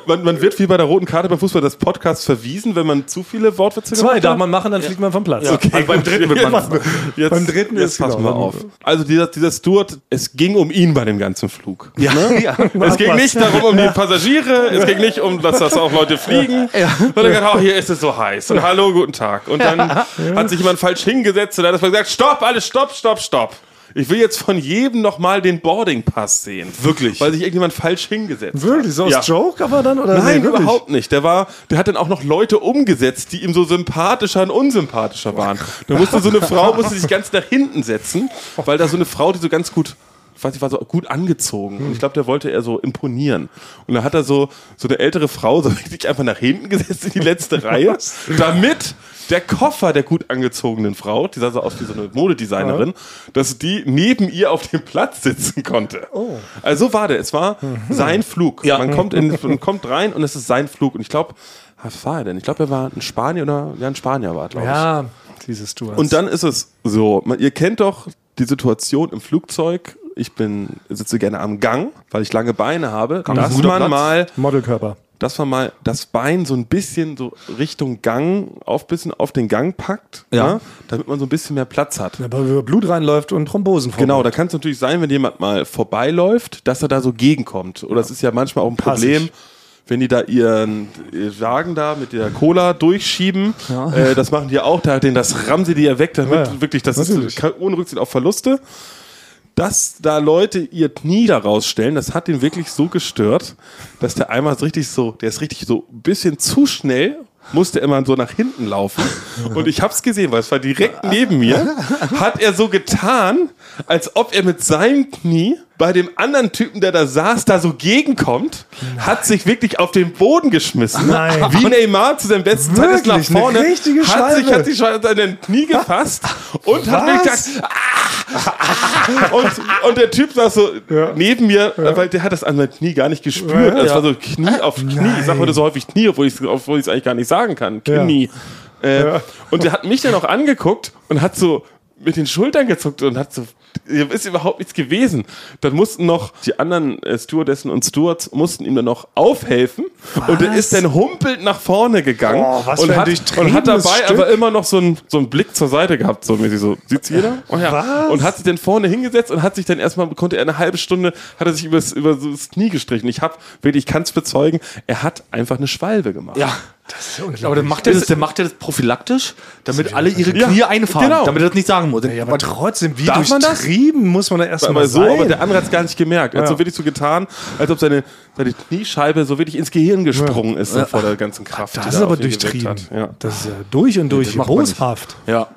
[SPEAKER 2] Man, man wird wie bei der roten Karte beim Fußball des Podcasts verwiesen, wenn man zu viele Wortwitze
[SPEAKER 1] Zwei
[SPEAKER 2] gemacht hat.
[SPEAKER 1] darf man machen, dann fliegt man vom Platz.
[SPEAKER 3] Also beim dritten wird man.
[SPEAKER 2] Jetzt,
[SPEAKER 1] Beim dritten
[SPEAKER 2] jetzt
[SPEAKER 1] ist
[SPEAKER 2] passen
[SPEAKER 1] genau.
[SPEAKER 2] wir auf. Also dieser, dieser Stuart, es ging um ihn bei dem ganzen Flug. Ja.
[SPEAKER 3] Ja.
[SPEAKER 2] Es ging nicht darum um die Passagiere, es ging nicht um, dass das auch Leute fliegen. Sondern gesagt, oh, hier ist es so heiß und hallo, guten Tag. Und dann hat sich jemand falsch hingesetzt und dann hat man gesagt, stopp, alles, stopp, stopp, stopp. Ich will jetzt von jedem nochmal den Boarding-Pass sehen.
[SPEAKER 3] Wirklich?
[SPEAKER 2] Weil sich irgendjemand falsch hingesetzt hat.
[SPEAKER 1] Wirklich, so als
[SPEAKER 2] Ja.
[SPEAKER 1] Joke aber dann? Oder
[SPEAKER 2] Nein,
[SPEAKER 1] Nee, wirklich?
[SPEAKER 2] überhaupt nicht. Der war, der hat dann auch noch Leute umgesetzt, die ihm so sympathischer und unsympathischer waren. Da musste so eine Frau musste sich ganz nach hinten setzen, weil da so eine Frau, die so ganz gut, ich weiß nicht, war so gut angezogen. Und ich glaube, der wollte er so imponieren. Und da hat er so so eine ältere Frau so [LAUGHS] richtig einfach nach hinten gesetzt in die letzte Reihe, damit der Koffer der gut angezogenen Frau, die sah so aus wie so eine Modedesignerin, dass die neben ihr auf dem Platz sitzen konnte. Also so war der. Es war sein
[SPEAKER 3] Oh.
[SPEAKER 2] Flug.
[SPEAKER 3] Mhm. Ja.
[SPEAKER 2] Man
[SPEAKER 3] [LAUGHS]
[SPEAKER 2] kommt, in, man kommt rein und es ist sein Flug. Und ich glaube, was war er denn? Ich glaube, er war ein Spanier oder ja, ein Spanier war, glaube ich.
[SPEAKER 1] Ja, dieses Duo.
[SPEAKER 2] Und dann ist es so, man, ihr kennt doch die Situation im Flugzeug. Ich bin, sitze gerne am Gang, weil ich lange Beine habe,
[SPEAKER 3] ist ein
[SPEAKER 2] dass
[SPEAKER 3] guter
[SPEAKER 2] man
[SPEAKER 3] Platz.
[SPEAKER 2] mal,
[SPEAKER 1] Modelkörper.
[SPEAKER 2] dass man mal das Bein so ein bisschen so Richtung Gang auf bisschen auf den Gang packt,
[SPEAKER 3] Ja.
[SPEAKER 2] ne, damit man so ein bisschen mehr Platz hat.
[SPEAKER 1] Aber wo Blut reinläuft und Thrombosen vorkommt.
[SPEAKER 2] Genau, da kann es natürlich sein, wenn jemand mal vorbeiläuft, dass er da so gegenkommt. Oder es ist ja manchmal auch ein Problem, wenn die da ihren ihr Wagen da mit der Cola durchschieben. Äh, das machen die ja auch, da den, das rammen sie dir ja weg, damit
[SPEAKER 1] Ja, ja.
[SPEAKER 2] wirklich, das
[SPEAKER 1] Natürlich.
[SPEAKER 2] ist kann- ohne Rücksicht auf Verluste. Dass da Leute ihr Knie da rausstellen, das hat den wirklich so gestört, dass der einmal so richtig so, der ist richtig so ein bisschen zu schnell, musste immer so nach hinten laufen. Und ich hab's gesehen, weil es war direkt neben mir, hat er so getan, als ob er mit seinem Knie bei dem anderen Typen, der da saß, da so gegenkommt, hat sich wirklich auf den Boden geschmissen.
[SPEAKER 1] Nein.
[SPEAKER 2] Wie Neymar zu seinem besten Zeit ist nach
[SPEAKER 1] Wirklich, eine
[SPEAKER 2] vorne.
[SPEAKER 1] richtige
[SPEAKER 2] hat sich,
[SPEAKER 1] Scheibe.
[SPEAKER 2] hat sich schon an seinen Knie gefasst und hat mir
[SPEAKER 1] Was?
[SPEAKER 2] gesagt, und, und der Typ saß so
[SPEAKER 1] Ja.
[SPEAKER 2] neben mir, weil der hat das an seinem Knie gar nicht gespürt. Das war so Knie auf Knie. Ich sag heute so häufig Knie, obwohl ich es eigentlich gar nicht sagen kann.
[SPEAKER 1] Ja.
[SPEAKER 2] Knie. Äh,
[SPEAKER 1] Ja.
[SPEAKER 2] Und der hat mich dann auch angeguckt und hat so mit den Schultern gezuckt und hat so, hier ist überhaupt nichts gewesen. Dann mussten noch die anderen äh, Stewardessen und Stewards mussten ihm dann noch aufhelfen und er ist dann humpelnd nach vorne gegangen
[SPEAKER 1] Oh, was
[SPEAKER 2] und,
[SPEAKER 1] für ein
[SPEAKER 2] hat, und hat dabei
[SPEAKER 1] durchtriebenes
[SPEAKER 2] aber
[SPEAKER 1] Stück.
[SPEAKER 2] immer noch so einen so einen Blick zur Seite gehabt, so mäßig so, sieht's jeder? Oh ja.
[SPEAKER 1] Was?
[SPEAKER 2] Und hat sich dann vorne hingesetzt und hat sich dann erstmal, konnte er eine halbe Stunde, hat er sich übers, über so das Knie gestrichen. Ich hab, wirklich, ich kann's bezeugen, er hat einfach eine Schwalbe gemacht.
[SPEAKER 3] Ja.
[SPEAKER 1] Das ist unglaublich.
[SPEAKER 3] Aber dann macht er das, dann macht er das prophylaktisch, damit alle ihre Knie
[SPEAKER 2] Ja,
[SPEAKER 3] einfahren,
[SPEAKER 2] genau.
[SPEAKER 3] damit er das nicht sagen muss.
[SPEAKER 1] Ja, aber trotzdem, wie
[SPEAKER 2] Darf man das?
[SPEAKER 1] durchtrieben muss man da erstmal
[SPEAKER 2] Aber so,
[SPEAKER 1] sein?
[SPEAKER 2] aber der andere hat's gar nicht gemerkt. Er hat
[SPEAKER 1] Ja.
[SPEAKER 2] so wirklich so getan, als ob seine, seine Kniescheibe so wirklich ins Gehirn gesprungen ist, so vor der ganzen Kraft. die
[SPEAKER 1] das
[SPEAKER 2] da
[SPEAKER 1] ist aber
[SPEAKER 2] auf ihn gewirkt
[SPEAKER 1] durchtrieben.
[SPEAKER 2] hat. Ja.
[SPEAKER 1] Das ist ja durch und durch
[SPEAKER 3] macht man nicht.
[SPEAKER 1] boshaft.
[SPEAKER 3] ja.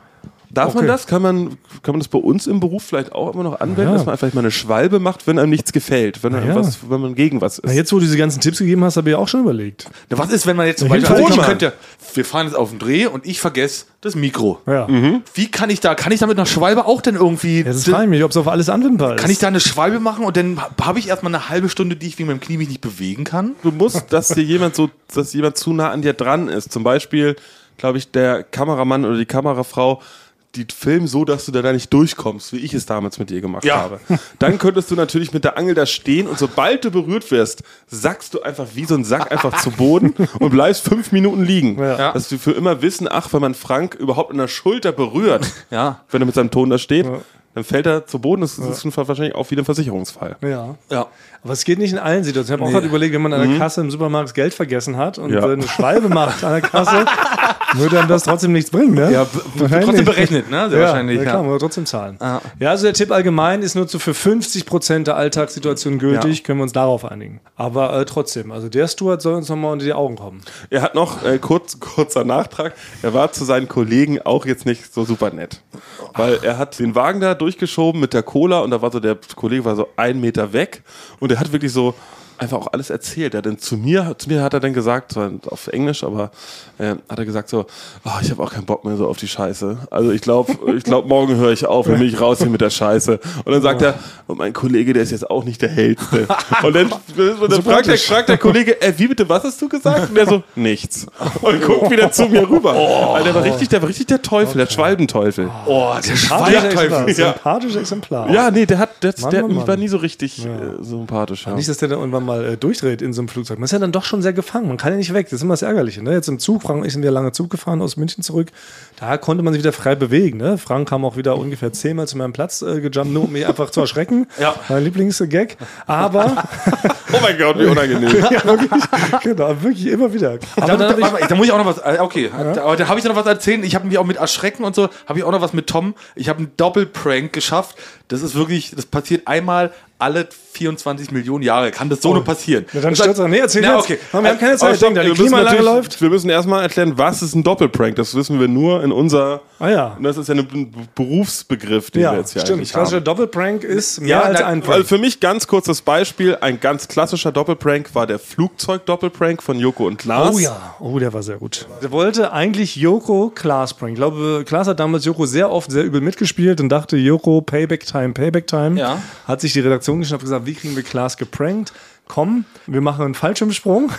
[SPEAKER 2] Darf man
[SPEAKER 1] Okay.
[SPEAKER 2] das? Kann man, kann man das bei uns im Beruf vielleicht auch immer noch anwenden,
[SPEAKER 1] Ja.
[SPEAKER 2] dass man einfach mal eine Schwalbe macht, wenn einem nichts gefällt, wenn, einem
[SPEAKER 1] Ja.
[SPEAKER 2] was, wenn man gegen was ist?
[SPEAKER 1] Na, jetzt, wo du diese ganzen Tipps gegeben hast, habe ich auch schon überlegt.
[SPEAKER 3] Na, was ist, wenn man jetzt zum
[SPEAKER 1] Ja,
[SPEAKER 3] Beispiel, also
[SPEAKER 1] Hilfe,
[SPEAKER 3] ich
[SPEAKER 1] Mann.
[SPEAKER 3] könnte, wir fahren jetzt auf den Dreh und ich vergesse das Mikro.
[SPEAKER 1] Ja.
[SPEAKER 3] Wie kann ich da, kann ich da mit einer Schwalbe auch denn irgendwie,
[SPEAKER 1] Jetzt frage ich mich, ob es auf alles anwendbar ist.
[SPEAKER 3] kann ich da eine Schwalbe machen und dann habe ich erstmal eine halbe Stunde, die ich wegen meinem Knie mich nicht bewegen kann?
[SPEAKER 2] du musst, dass dir jemand so, dass jemand zu nah an dir dran ist. Zum Beispiel, glaube ich, der Kameramann oder die Kamerafrau, die filmen so, dass du da nicht durchkommst, wie ich es damals mit dir gemacht
[SPEAKER 3] Ja.
[SPEAKER 2] habe. Dann könntest du natürlich mit der Angel da stehen und sobald du berührt wirst, sackst du einfach wie so ein Sack einfach zu Boden und bleibst fünf Minuten liegen.
[SPEAKER 1] Ja.
[SPEAKER 2] Dass wir für immer wissen, ach, wenn man Frank überhaupt in der Schulter berührt,
[SPEAKER 3] Ja.
[SPEAKER 2] wenn er mit seinem Ton da steht, dann fällt er zu Boden. Das ist wahrscheinlich auch wieder ein Versicherungsfall.
[SPEAKER 1] ja.
[SPEAKER 3] Ja.
[SPEAKER 1] Aber es geht nicht in allen Situationen. Ich habe auch gerade überlegt, wenn man an
[SPEAKER 3] Mhm.
[SPEAKER 1] der Kasse im Supermarkt das Geld vergessen hat und
[SPEAKER 2] Ja.
[SPEAKER 1] äh, eine Schwalbe macht an der
[SPEAKER 3] [LAUGHS]
[SPEAKER 1] Kasse, würde einem das trotzdem nichts bringen, ne?
[SPEAKER 3] Ja, trotzdem berechnet, ne? Sehr
[SPEAKER 1] ja,
[SPEAKER 3] wahrscheinlich.
[SPEAKER 1] Ja,
[SPEAKER 3] Ja, Ah.
[SPEAKER 1] klar, man muss trotzdem zahlen. Ja, also der Tipp allgemein ist nur zu für 50% der Alltagssituation gültig, können wir uns darauf einigen. Aber äh, trotzdem, also der Stuart soll uns nochmal unter die Augen kommen.
[SPEAKER 2] Er hat noch äh, kurz, kurzer Nachtrag. Er war zu seinen Kollegen auch jetzt nicht so super nett. Weil er hat den Wagen da durchgeschoben mit der Cola und da war so der Kollege war so einen Meter weg und er hat wirklich so einfach auch alles erzählt. Er hat dann zu mir, zu mir hat er dann gesagt, zwar auf Englisch, aber äh, hat er gesagt so, "Ah, ich habe auch keinen Bock mehr so auf die Scheiße. Also ich glaube, ich glaube, morgen höre ich auf, dann bin ich raus hier mit der Scheiße. Und dann sagt er, und mein Kollege, der ist jetzt auch nicht der hellste. Und dann, und dann fragt, der, fragt der Kollege, äh, wie bitte, was hast du gesagt? Und der
[SPEAKER 1] [LAUGHS]
[SPEAKER 2] so, nichts. Und guckt wieder zu mir rüber.
[SPEAKER 1] Oh.
[SPEAKER 2] Also der war richtig, der war richtig der Teufel, der Schwalbenteufel.
[SPEAKER 3] Oh, der
[SPEAKER 1] Sympathisches
[SPEAKER 3] Schwalbe.
[SPEAKER 1] Exemplar.
[SPEAKER 2] ja.
[SPEAKER 1] Sympathisches Exemplar.
[SPEAKER 2] Ja, nee, der hat, der,
[SPEAKER 1] Mann, oh
[SPEAKER 2] der
[SPEAKER 1] Mann, Mann.
[SPEAKER 2] war nie so richtig äh, sympathisch. Ja.
[SPEAKER 1] Nicht, dass der dann irgendwann mal äh, durchdreht in so einem Flugzeug. Man ist ja dann doch schon sehr gefangen. Man kann ja nicht weg. Das ist immer das Ärgerliche. Ne? Jetzt im Zug, Frank, ich sind ja lange Zug gefahren aus München zurück. Da konnte man sich wieder frei bewegen. Ne? Frank kam auch wieder ungefähr zehnmal zu meinem Platz äh, gejumpt, nur um mich einfach zu
[SPEAKER 2] [LAUGHS]
[SPEAKER 1] erschrecken.
[SPEAKER 3] Ja.
[SPEAKER 1] Mein Lieblingsgag. Aber, [LAUGHS]
[SPEAKER 2] Oh mein Gott, wie unangenehm.
[SPEAKER 1] ja, wirklich, genau, wirklich immer wieder.
[SPEAKER 3] Da,
[SPEAKER 1] Aber
[SPEAKER 3] da, warte mal, da muss ich auch noch was. äh, Okay, Da- aber da habe ich noch was erzählen. Ich habe mich auch mit Erschrecken und so, habe ich auch noch was mit Tom. Ich habe einen Doppelprank geschafft. Das ist wirklich, das passiert einmal alle 24 Millionen Jahre. Kann das so nur passieren?
[SPEAKER 1] Oh. Na, dann
[SPEAKER 3] Das heißt-
[SPEAKER 1] stört's auch. Nee, erzähl
[SPEAKER 3] Na,
[SPEAKER 1] jetzt.
[SPEAKER 3] okay. Äh,
[SPEAKER 1] Mann, wir haben keine
[SPEAKER 2] Aber
[SPEAKER 1] Zeit. Denk,
[SPEAKER 2] stopp,
[SPEAKER 1] da
[SPEAKER 2] wir,
[SPEAKER 1] die
[SPEAKER 2] müssen
[SPEAKER 1] Klimaanlage
[SPEAKER 2] natürlich-
[SPEAKER 1] läuft.
[SPEAKER 2] wir müssen erstmal erklären, was ist ein Doppelprank? Das wissen wir nur in unserer.
[SPEAKER 1] Ah ja.
[SPEAKER 2] Und Das ist ja ein B- Berufsbegriff, den wir
[SPEAKER 1] Ja,
[SPEAKER 2] jetzt hier
[SPEAKER 1] stimmt.
[SPEAKER 2] eigentlich haben.
[SPEAKER 1] Klassischer Doppelprank ist mehr als
[SPEAKER 3] na,
[SPEAKER 1] ein
[SPEAKER 2] Also
[SPEAKER 1] Prank.
[SPEAKER 2] für mich ganz kurzes Beispiel: Ein ganz klassischer Doppelprank war der Flugzeug-Doppelprank von Joko und Lars.
[SPEAKER 1] Oh ja, oh, der war sehr gut. Der wollte eigentlich Joko Klaas bringen. Ich glaube, Klaas hat damals Joko sehr oft sehr übel mitgespielt und dachte, Joko, Payback Time, Payback Time.
[SPEAKER 3] Ja.
[SPEAKER 1] Hat sich die Redaktion geschnappt und gesagt, wie kriegen wir Klaas geprankt? Komm, wir machen einen Fallschirmsprung.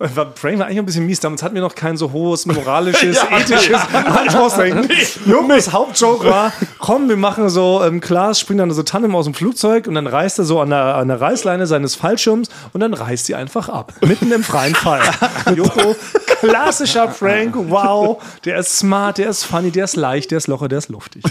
[SPEAKER 1] War, Prank war eigentlich ein bisschen mies. Damals hatten wir noch kein so hohes moralisches, ethisches Anspruchsdenken. Jokos Hauptjoke war, komm, wir machen so, ähm, Klaas springt dann so Tandem aus dem Flugzeug und dann reißt er so an der, an der Reißleine seines Fallschirms und dann reißt sie einfach ab. Mitten im freien Fall. Joko, klassischer Prank, wow. Der ist smart, der ist funny, der ist leicht, der ist locker, der ist luftig.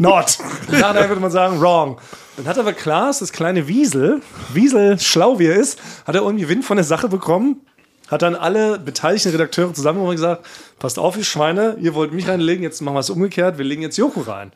[SPEAKER 1] Not. Nachher würde man sagen, wrong. Dann hat aber Klaas, das kleine Wiesel, Wiesel, schlau wie er ist, hat er irgendwie Wind von der Sache bekommen, hat dann alle beteiligten Redakteure zusammengeholt und gesagt, passt auf, ihr Schweine, ihr wollt mich reinlegen, jetzt machen wir es umgekehrt, wir legen jetzt Joko rein.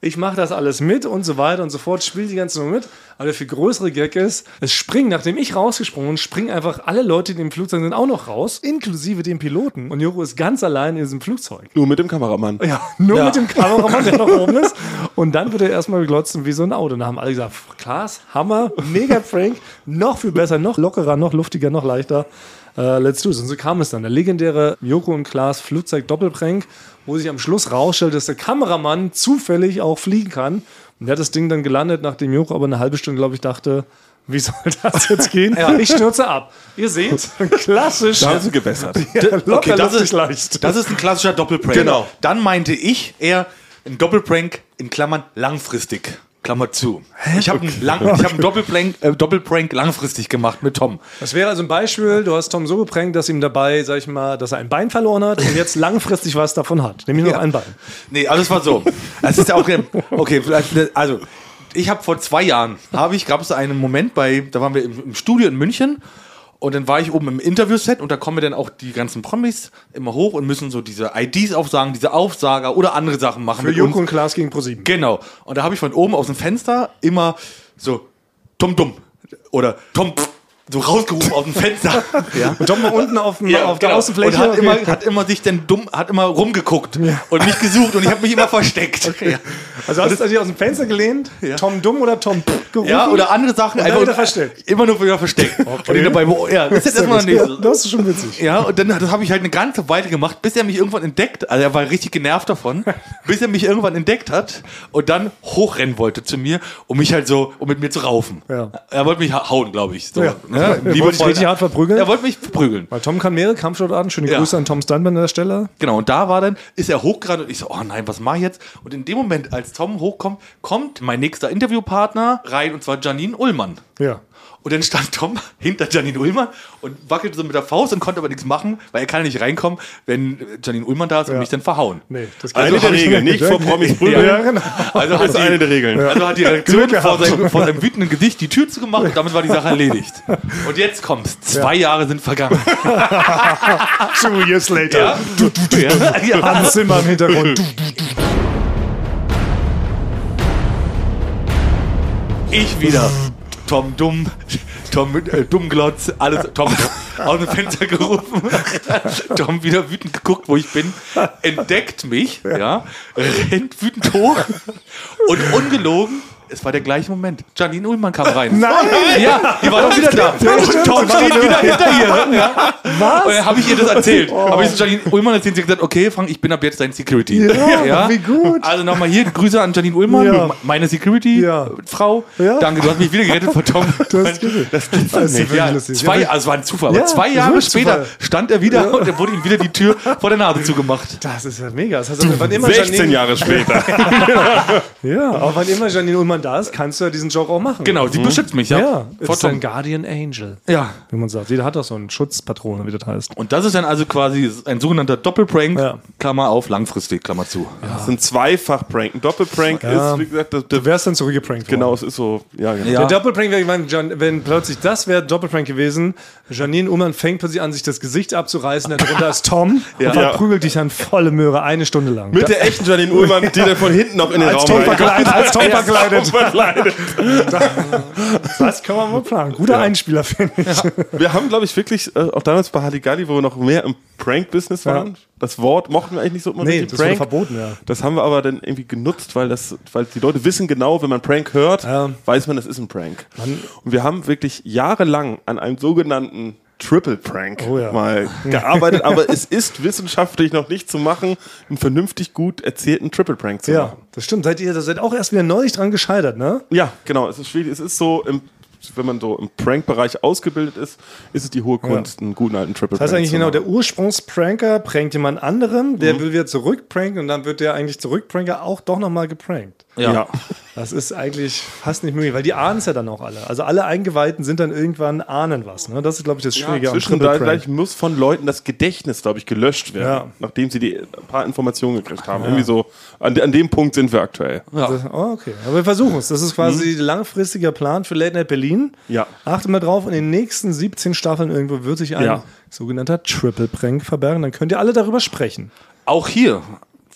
[SPEAKER 1] Ich mache das alles mit und so weiter und so fort, spiele die ganze Nummer mit. Aber der viel größere Gag ist, es springen, nachdem ich rausgesprungen bin, springen einfach alle Leute, die im Flugzeug sind, auch noch raus, inklusive dem Piloten. Und Joko ist ganz allein in diesem Flugzeug.
[SPEAKER 2] Nur mit dem Kameramann.
[SPEAKER 1] Ja, nur mit dem Kameramann, der noch oben [LAUGHS] ist. Und dann wird er erstmal geglotzt wie so ein Auto. Und da haben alle gesagt, Klaas, Hammer, mega Frank, noch viel besser, noch lockerer, noch luftiger, noch leichter. Äh, let's do it. Und so kam es dann. Der legendäre Joko und Klaas Flugzeug-Doppelprank, wo sich am Schluss rausstellt, dass der Kameramann zufällig auch fliegen kann. Und der hat das Ding dann gelandet, nachdem Joko aber eine halbe Stunde, glaube ich, dachte, wie soll [LAUGHS] das jetzt gehen? Ich stürze ab. Ihr seht, [LAUGHS] klassisch.
[SPEAKER 2] Da haben sie gebessert.
[SPEAKER 1] [LAUGHS] locker,
[SPEAKER 3] okay, das
[SPEAKER 1] luftig,
[SPEAKER 3] ist,
[SPEAKER 1] leicht.
[SPEAKER 3] das ist ein klassischer Doppelprank.
[SPEAKER 2] Genau.
[SPEAKER 3] Dann meinte ich eher ein Doppelprank in Klammern langfristig. Klammer zu. Ich habe einen, lang, ich hab einen Doppelprank, äh, Doppelprank langfristig gemacht mit Tom.
[SPEAKER 1] Das wäre also ein Beispiel, du hast Tom so geprankt, dass ihm dabei, sag ich mal, dass er ein Bein verloren hat und jetzt langfristig was davon hat. Nämlich noch ein Bein.
[SPEAKER 3] Nee, alles
[SPEAKER 1] [LAUGHS]
[SPEAKER 3] war so. Es ist ja auch okay. Vielleicht, also ich habe vor zwei Jahren habe ich gab es einen Moment bei, da waren wir im, im Studio in München und dann war ich oben im Interviewset und da kommen mir dann auch die ganzen Promis immer hoch und müssen so diese IDs aufsagen, diese Aufsager oder andere Sachen machen.
[SPEAKER 1] Für
[SPEAKER 3] mit
[SPEAKER 1] Joko
[SPEAKER 3] uns.
[SPEAKER 1] und Klaas gegen ProSieben.
[SPEAKER 3] Genau. Und da habe ich von oben aus dem Fenster immer so Tom Dumm oder Tom Pf- so rausgehoben aus dem Fenster. [LAUGHS] ja.
[SPEAKER 1] Und doch mal unten auf, dem, auf der
[SPEAKER 3] genau.
[SPEAKER 1] Außenfläche.
[SPEAKER 3] Und hat immer, hat immer sich dann dumm, hat immer rumgeguckt und mich gesucht und ich habe mich immer versteckt. Ja.
[SPEAKER 1] also hast du dich aus dem Fenster gelehnt? Tom Dumm oder Tom Pff [LAUGHS] gerufen?
[SPEAKER 3] Ja, oder andere Sachen. also
[SPEAKER 1] Und dann wieder versteckt.
[SPEAKER 3] Immer nur wieder versteckt. Und ich dabei, wo, ja, [LAUGHS] das ist jetzt erstmal
[SPEAKER 1] das,
[SPEAKER 3] das nächste.
[SPEAKER 1] das ist schon witzig.
[SPEAKER 3] Ja, und dann das habe ich halt eine ganze Weile gemacht, bis er mich irgendwann entdeckt. Also er war richtig
[SPEAKER 1] [LAUGHS]
[SPEAKER 3] genervt davon, bis er mich irgendwann entdeckt hat und dann hochrennen wollte zu mir, um mich halt so, um mit mir zu raufen.
[SPEAKER 1] Ja.
[SPEAKER 3] Er wollte mich ha- hauen, glaube ich. So. ne?
[SPEAKER 1] Ja. Er wollte
[SPEAKER 3] liebevoll.
[SPEAKER 1] dich richtig hart verprügeln?
[SPEAKER 3] Er wollte mich verprügeln.
[SPEAKER 1] Weil Tom kann mehrere Kampfsportarten. Schöne
[SPEAKER 3] Ja.
[SPEAKER 1] Grüße an Tom Stuntman an der Stelle.
[SPEAKER 3] Genau, und da war dann, ist er hochgerannt und ich so, oh nein, was mach ich jetzt? Und in dem Moment, als Tom hochkommt, kommt mein nächster Interviewpartner rein und zwar Janine Ullmann.
[SPEAKER 1] Ja.
[SPEAKER 3] Und dann stand Tom [LAUGHS] hinter Janine Ullmann und wackelte so mit der Faust und konnte aber nichts machen, weil er kann ja nicht reinkommen, wenn Janine Ullmann da ist und mich dann verhauen.
[SPEAKER 1] Nee, das geht
[SPEAKER 2] Eine
[SPEAKER 1] nicht.
[SPEAKER 2] der Regeln, nicht vor Promis prügeln.
[SPEAKER 1] Ja, genau.
[SPEAKER 3] [LAUGHS] Also
[SPEAKER 2] Das ist
[SPEAKER 3] hat
[SPEAKER 2] eine der
[SPEAKER 3] die,
[SPEAKER 2] Regeln.
[SPEAKER 3] also
[SPEAKER 1] [LAUGHS]
[SPEAKER 3] hat die Redaktion
[SPEAKER 1] Glück gehabt.
[SPEAKER 3] vor seinem, vor seinem wütenden Gesicht die Tür
[SPEAKER 1] [LAUGHS]
[SPEAKER 3] zugemacht und damit war die Sache erledigt. Und jetzt kommt's. Zwei Jahre
[SPEAKER 1] [LAUGHS]
[SPEAKER 3] sind vergangen.
[SPEAKER 1] Two years later.
[SPEAKER 3] Ja. Du, du,
[SPEAKER 1] [LAUGHS]
[SPEAKER 3] du, ja. ja.
[SPEAKER 1] Hans Zimmer im Hintergrund. Du,
[SPEAKER 3] Ich wieder. Tom Dumm, Tom äh, Dummglotz, alles Tom aus dem Fenster gerufen. Tom wieder wütend geguckt, wo ich bin, entdeckt mich, ja, rennt wütend hoch und ungelogen. Es war der gleiche Moment. Janine Ullmann kam rein.
[SPEAKER 1] Nein!
[SPEAKER 3] Ja, die war doch wieder da. Und Tom steht wieder hinter ihr. ne? Oh Ja. Was? Und dann habe Äh, ich ihr das erzählt.
[SPEAKER 1] Oh.
[SPEAKER 3] Habe ich zu Janine Ullmann erzählt. Sie hat gesagt, okay, Frank, ich bin ab jetzt dein Security. [LAUGHS]
[SPEAKER 1] Ja, wie gut.
[SPEAKER 3] Also nochmal hier, Grüße an Janine Ullmann,
[SPEAKER 1] Ja.
[SPEAKER 3] me- meine Security-Frau.
[SPEAKER 1] Ja. Ja.
[SPEAKER 3] Danke, du hast mich wieder gerettet von Tom.
[SPEAKER 1] [LAUGHS] du hast gesehen. Das gibt's
[SPEAKER 3] Ja,
[SPEAKER 1] nicht.
[SPEAKER 3] ja, zwei, also es war ein Zufall,
[SPEAKER 1] Ja,
[SPEAKER 3] aber zwei
[SPEAKER 1] das
[SPEAKER 3] Jahre
[SPEAKER 1] ist wirklich
[SPEAKER 3] später
[SPEAKER 1] Zufall.
[SPEAKER 3] stand er wieder und er wurde ihm wieder die
[SPEAKER 1] [LAUGHS]
[SPEAKER 3] Tür vor der Nase zugemacht.
[SPEAKER 1] Das ist ja mega. Das heißt, also, wann immer
[SPEAKER 2] 16
[SPEAKER 1] Janine,
[SPEAKER 2] Jahre später.
[SPEAKER 1] Ja, aber wann immer Janine Ullmann da ist, kannst du ja diesen Job auch machen.
[SPEAKER 3] Genau, sie beschützt mich, ja.
[SPEAKER 1] Mhm. Ja,
[SPEAKER 3] vor
[SPEAKER 1] ist
[SPEAKER 3] Tom.
[SPEAKER 1] ein Guardian Angel,
[SPEAKER 3] Ja.
[SPEAKER 1] wie man sagt. Jeder hat doch so einen Schutzpatronen, wie das heißt.
[SPEAKER 3] Und das ist dann also quasi ein sogenannter Doppelprank,
[SPEAKER 1] Ja.
[SPEAKER 3] Klammer auf, langfristig, Klammer zu.
[SPEAKER 2] Das sind Zweifach-Prank. Ein Doppelprank ist, wie gesagt, das,
[SPEAKER 1] Du
[SPEAKER 2] das,
[SPEAKER 1] wärst dann zurückgeprankt worden.
[SPEAKER 2] genau, es ist so. Ja,
[SPEAKER 1] Der
[SPEAKER 2] genau.
[SPEAKER 1] Doppelprank wäre, wenn, Jan- wenn plötzlich das wäre Doppelprank gewesen. Janine Ullmann fängt plötzlich an, sich das Gesicht abzureißen. Darunter ist [LAUGHS] Tom und verprügelt dich dann volle Möhre eine Stunde lang.
[SPEAKER 2] Mit der echten Janine Ullmann, die dann von hinten noch in den
[SPEAKER 1] als
[SPEAKER 2] Raum
[SPEAKER 1] Tom [LAUGHS]
[SPEAKER 2] reinkommt.
[SPEAKER 1] verkleidet. Als Tom verkleidet.
[SPEAKER 2] verkleidet.
[SPEAKER 1] Das kann man wohl planen. Guter Einspieler, finde ich.
[SPEAKER 2] Wir haben, glaube ich, wirklich, äh, auch damals bei Halligalli, wo wir noch mehr im Prank-Business waren, das Wort mochten wir eigentlich nicht so immer
[SPEAKER 1] Nee,
[SPEAKER 2] richtig,
[SPEAKER 1] das wurde verboten, ja.
[SPEAKER 2] Das haben wir aber dann irgendwie genutzt, weil, das, weil die Leute wissen genau, wenn man Prank hört,
[SPEAKER 1] Ja.
[SPEAKER 2] weiß man, das ist ein Prank. Und wir haben wirklich jahrelang an einem sogenannten Triple Prank
[SPEAKER 1] Oh ja.
[SPEAKER 2] mal gearbeitet, aber es ist wissenschaftlich noch nicht zu machen, einen vernünftig gut erzählten Triple Prank zu
[SPEAKER 1] Ja,
[SPEAKER 2] machen.
[SPEAKER 1] das stimmt. Seid ihr seid auch erst wieder neulich dran gescheitert, ne?
[SPEAKER 2] Ja, genau. Es ist schwierig. Es ist so, im, wenn man so im Prank-Bereich ausgebildet ist, ist es die hohe Kunst, einen guten alten Triple
[SPEAKER 1] Das heißt
[SPEAKER 2] Prank
[SPEAKER 1] eigentlich
[SPEAKER 2] zu
[SPEAKER 1] genau,
[SPEAKER 2] machen.
[SPEAKER 1] der Ursprungspranker prankt jemand anderen,
[SPEAKER 2] Mhm.
[SPEAKER 1] der will wieder zurückpranken und dann wird der eigentlich Zurückpranker auch doch nochmal geprankt.
[SPEAKER 3] Ja.
[SPEAKER 2] Ja.
[SPEAKER 1] Das ist eigentlich fast nicht möglich, weil die ahnen es ja dann auch alle. Also alle Eingeweihten sind dann irgendwann ahnen was. Ne? Das ist, glaube ich, das Schwierige am
[SPEAKER 2] Zwischen
[SPEAKER 1] Triple Prank.
[SPEAKER 2] gleich muss von Leuten das Gedächtnis, glaube ich, gelöscht werden,
[SPEAKER 1] Ja.
[SPEAKER 2] nachdem sie die ein paar Informationen gekriegt haben. Irgendwie so, an, an dem Punkt sind wir aktuell.
[SPEAKER 1] Das- Oh, okay, aber wir versuchen es. Das ist quasi langfristiger Plan für Late Night Berlin.
[SPEAKER 2] Mhm. Ja.
[SPEAKER 1] Achte mal drauf, in den nächsten 17 Staffeln irgendwo wird sich ein
[SPEAKER 2] Ja.
[SPEAKER 1] sogenannter Triple Prank verbergen. Dann könnt ihr alle darüber sprechen.
[SPEAKER 3] Auch hier,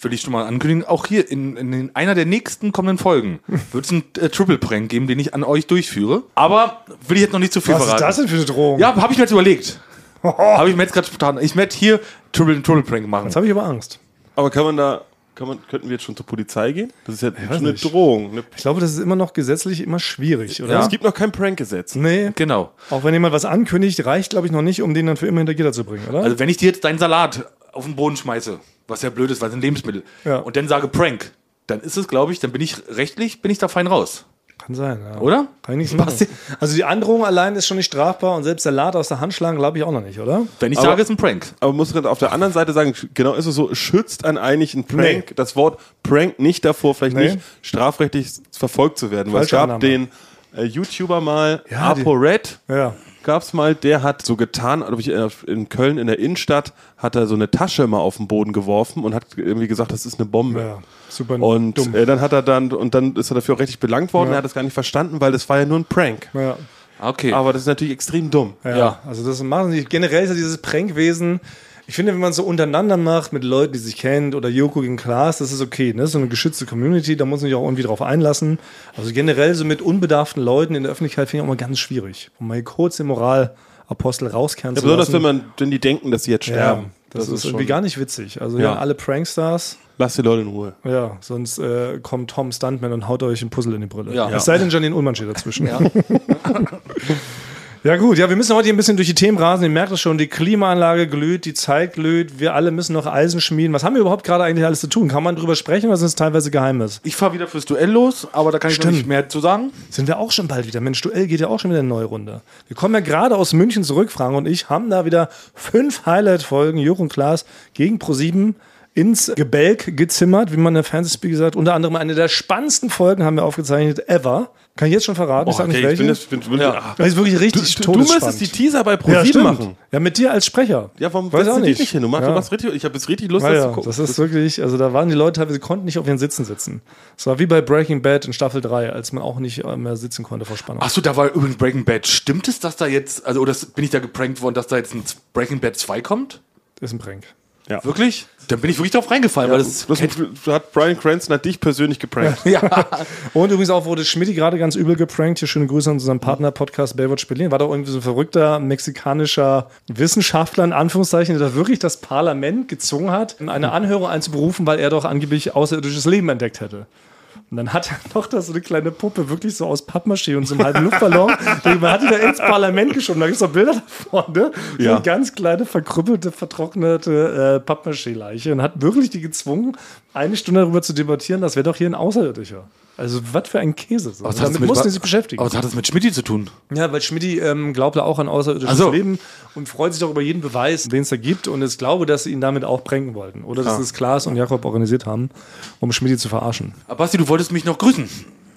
[SPEAKER 3] will ich schon mal ankündigen, auch hier in, in den- einer der nächsten kommenden
[SPEAKER 1] [LAUGHS]
[SPEAKER 3] Folgen wird es einen äh, Triple-Prank geben, den ich an euch durchführe. Aber will ich jetzt noch nicht zu viel
[SPEAKER 1] Was ist
[SPEAKER 3] verraten.
[SPEAKER 1] das denn für eine Drohung?
[SPEAKER 3] Ja, habe ich mir
[SPEAKER 1] [LAUGHS]
[SPEAKER 3] jetzt überlegt. Habe ich mir jetzt gerade spontan. Ich werde hier Triple Triple Prank machen.
[SPEAKER 1] Jetzt habe ich aber Angst.
[SPEAKER 2] Aber kann man da, kann man, könnten wir jetzt schon zur Polizei gehen? Das ist ja schon eine
[SPEAKER 1] nicht.
[SPEAKER 2] Drohung. Eine,
[SPEAKER 1] Ich glaube, das ist immer noch gesetzlich immer schwierig, oder?
[SPEAKER 2] Es gibt noch kein Prankgesetz.
[SPEAKER 1] Nee,
[SPEAKER 3] Genau.
[SPEAKER 1] auch wenn jemand was ankündigt, reicht, glaube ich, noch nicht, um den dann für immer hinter Gitter zu bringen, oder?
[SPEAKER 3] Also wenn ich dir jetzt deinen Salat auf den Boden schmeiße, was ja blöd ist, weil es ein Lebensmittel,
[SPEAKER 1] Ja.
[SPEAKER 3] und dann sage Prank, dann ist es, glaube ich, dann bin ich rechtlich, bin ich da fein raus.
[SPEAKER 1] Kann sein, ja.
[SPEAKER 3] Oder?
[SPEAKER 1] Kann ich nichts machen. Also die Androhung allein ist schon nicht strafbar und selbst Salat aus der Hand schlagen, glaube ich, auch noch nicht, oder?
[SPEAKER 3] Wenn ich
[SPEAKER 2] Aber-
[SPEAKER 3] sage, es ist ein Prank.
[SPEAKER 2] Aber muss man auf der anderen Seite sagen, sch- genau ist es so, schützt einen eigentlich ein Prank,
[SPEAKER 1] Nee.
[SPEAKER 2] das Wort Prank nicht davor, vielleicht
[SPEAKER 1] Nee.
[SPEAKER 2] nicht strafrechtlich verfolgt zu werden. Weil es
[SPEAKER 1] Falsche
[SPEAKER 2] gab
[SPEAKER 1] Annahme.
[SPEAKER 2] den äh, YouTuber mal,
[SPEAKER 1] Ja, die-
[SPEAKER 2] Apo Red,
[SPEAKER 1] Ja.
[SPEAKER 2] gab es mal, der hat so getan, glaub ich, äh, in Köln in der Innenstadt hat er so eine Tasche mal auf den Boden geworfen und hat irgendwie gesagt, das ist eine Bombe.
[SPEAKER 1] Ja, super dumm.
[SPEAKER 2] und äh, dann hat er dann und dann ist er dafür auch richtig belangt worden.
[SPEAKER 1] Ja.
[SPEAKER 2] Er hat das gar nicht verstanden, weil das war ja nur ein Prank.
[SPEAKER 1] Ja.
[SPEAKER 3] Ah, Okay.
[SPEAKER 2] Aber das ist natürlich extrem dumm.
[SPEAKER 1] Ja,
[SPEAKER 3] Ja.
[SPEAKER 1] also das machen sie. Generell ist ja dieses Prankwesen Ich finde, wenn man es so untereinander macht, mit Leuten, die sich kennt, oder Joko gegen Klaas, das ist okay. Ne? So eine geschützte Community, da muss man sich auch irgendwie drauf einlassen. Also generell so mit unbedarften Leuten in der Öffentlichkeit finde ich auch mal ganz schwierig. Um mal kurz den Moralapostel rauskehren
[SPEAKER 2] Ja,
[SPEAKER 1] zu
[SPEAKER 2] besonders
[SPEAKER 1] lassen.
[SPEAKER 2] wenn, man, wenn die denken, dass sie jetzt
[SPEAKER 1] ja,
[SPEAKER 2] sterben.
[SPEAKER 1] das, ist, irgendwie
[SPEAKER 2] schon-
[SPEAKER 1] gar nicht witzig. Also
[SPEAKER 2] Ja.
[SPEAKER 1] ja, alle Prankstars.
[SPEAKER 2] Lass die Leute in Ruhe.
[SPEAKER 1] Ja, sonst äh, kommt Tom Stuntman und haut euch ein Puzzle in die Brille.
[SPEAKER 3] Ja.
[SPEAKER 1] Es sei denn, Janine Ullmann steht dazwischen. Ja. gut, [LAUGHS] ja, wir müssen heute hier ein bisschen durch die Themen rasen. Ihr merkt es schon, die Klimaanlage glüht, die Zeit glüht, wir alle müssen noch Eisen schmieden. Was haben wir überhaupt gerade eigentlich alles zu tun? Kann man drüber sprechen oder ist es teilweise Geheimnis?
[SPEAKER 3] Ich fahre wieder fürs Duell los, aber da kann ich noch
[SPEAKER 1] Stimmt.
[SPEAKER 3] nicht mehr zu sagen.
[SPEAKER 1] Sind wir auch schon bald wieder? Mensch, Duell geht ja auch schon wieder eine neue Runde. Wir kommen ja gerade aus München zurück, Frank und ich haben da wieder fünf Highlight-Folgen Jochen Klaas gegen ProSieben ins Gebälk gezimmert, wie man in der Fernsehspiel gesagt Unter anderem eine der spannendsten Folgen haben wir aufgezeichnet ever. Kann ich jetzt schon verraten? ich sag nicht
[SPEAKER 2] ich
[SPEAKER 1] welche.
[SPEAKER 2] bin das, bin, bin, ah.
[SPEAKER 1] das ist wirklich richtig
[SPEAKER 2] Du, du müsstest die Teaser bei
[SPEAKER 1] ja,
[SPEAKER 2] ProSieben
[SPEAKER 1] stimmt.
[SPEAKER 2] machen.
[SPEAKER 1] Ja, mit dir als Sprecher.
[SPEAKER 2] Ja, warum
[SPEAKER 1] Weiß
[SPEAKER 2] setzt
[SPEAKER 1] auch
[SPEAKER 2] du
[SPEAKER 1] nicht.
[SPEAKER 2] dich nicht hin? Du machst,
[SPEAKER 1] Ja.
[SPEAKER 2] du machst richtig, ich habe jetzt richtig Lust,
[SPEAKER 1] Ja,
[SPEAKER 2] das
[SPEAKER 1] ja,
[SPEAKER 2] zu gucken.
[SPEAKER 1] das ist wirklich, also da waren die Leute teilweise, konnten nicht auf ihren Sitzen sitzen. Es war wie bei Breaking Bad in Staffel 3, als man auch nicht äh, mehr sitzen konnte vor Spannung.
[SPEAKER 3] Achso, da war übrigens Breaking Bad. Stimmt es, dass da jetzt, also oder bin ich da geprankt worden, dass da jetzt ein Breaking Bad 2 kommt?
[SPEAKER 1] ist ein Prank.
[SPEAKER 3] Wirklich? Dann bin ich wirklich drauf reingefallen, weil das,
[SPEAKER 2] das hat Brian Cranston hat dich persönlich geprankt.
[SPEAKER 1] [LAUGHS] Und übrigens auch wurde Schmidt gerade ganz übel geprankt. Hier schöne Grüße an unseren Partner-Podcast Baywatch Berlin. War doch irgendwie so ein verrückter mexikanischer Wissenschaftler, in Anführungszeichen, der da wirklich das Parlament gezwungen hat, eine Anhörung einzuberufen, weil er doch angeblich außerirdisches Leben entdeckt hätte. Und dann hat er [LAUGHS] noch da so eine kleine Puppe, wirklich so aus Pappmaché und so einem halben
[SPEAKER 3] [LAUGHS]
[SPEAKER 1] Luftballon. Den man hat die da ins Parlament geschoben. Da gibt es doch Bilder davon, ne? So
[SPEAKER 2] Ja.
[SPEAKER 1] eine ganz kleine, verkrüppelte, vertrocknete äh, Pappmaché-Leiche. Und hat wirklich die gezwungen, eine Stunde darüber zu debattieren, das wäre doch hier ein Außerirdischer. Also, was für ein Käse. So.
[SPEAKER 3] hat das
[SPEAKER 1] Damit
[SPEAKER 3] mit-
[SPEAKER 1] mussten sie sich beschäftigen.
[SPEAKER 3] Aber was hat das mit Schmidti zu tun?
[SPEAKER 1] Ja, weil Schmidti ähm, glaubt ja auch an außerirdisches
[SPEAKER 3] Ach so.
[SPEAKER 1] Leben und freut sich auch über jeden Beweis, den es da gibt. Und ich glaube, dass sie ihn damit auch pränken wollten. Oder dass es Klaas und Jakob organisiert haben, um Schmidti zu verarschen.
[SPEAKER 3] Ah, Basti, du wolltest mich noch grüßen.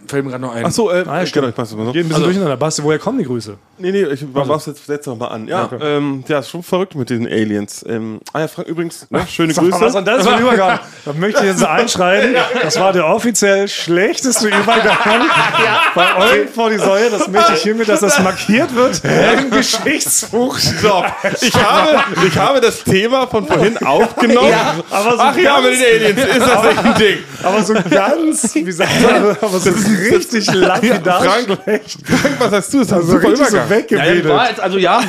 [SPEAKER 3] Fällt mir gerade noch ein. [LAUGHS]
[SPEAKER 2] Achso, äh,
[SPEAKER 1] Ah, ja,
[SPEAKER 2] genau, ich mach's mal so.
[SPEAKER 1] Geht ein bisschen durcheinander. Basti, woher kommen die Grüße?
[SPEAKER 2] Nee, nee, ich also. mach's jetzt setz noch mal an. Ja, ähm, ja, ist schon verrückt mit diesen Aliens. Ähm, ah ja, Frank, übrigens, ne, schöne
[SPEAKER 1] Sag mal, Was
[SPEAKER 2] Grüße.
[SPEAKER 1] und das für ein Übergang? Da möchte ich jetzt einschreiten. Das war der offiziell schlechteste Übergang bei euch vor die Säule. Das möchte ich hiermit, dass das markiert wird im Geschichtsbuch.
[SPEAKER 2] So, ich habe, ich habe das Thema von vorhin aufgenommen.
[SPEAKER 1] Aber so
[SPEAKER 2] Ach ja,
[SPEAKER 1] ganz-
[SPEAKER 2] mit den Aliens ist das echt ein Ding.
[SPEAKER 1] Aber so ganz, wie sagt man, aber so richtig lapidar
[SPEAKER 2] Frank, Frank, was hast du? Das ist ein
[SPEAKER 1] Also
[SPEAKER 2] super
[SPEAKER 1] richtig so
[SPEAKER 2] Übergang.
[SPEAKER 1] weggebetet.
[SPEAKER 3] jetzt, also ja,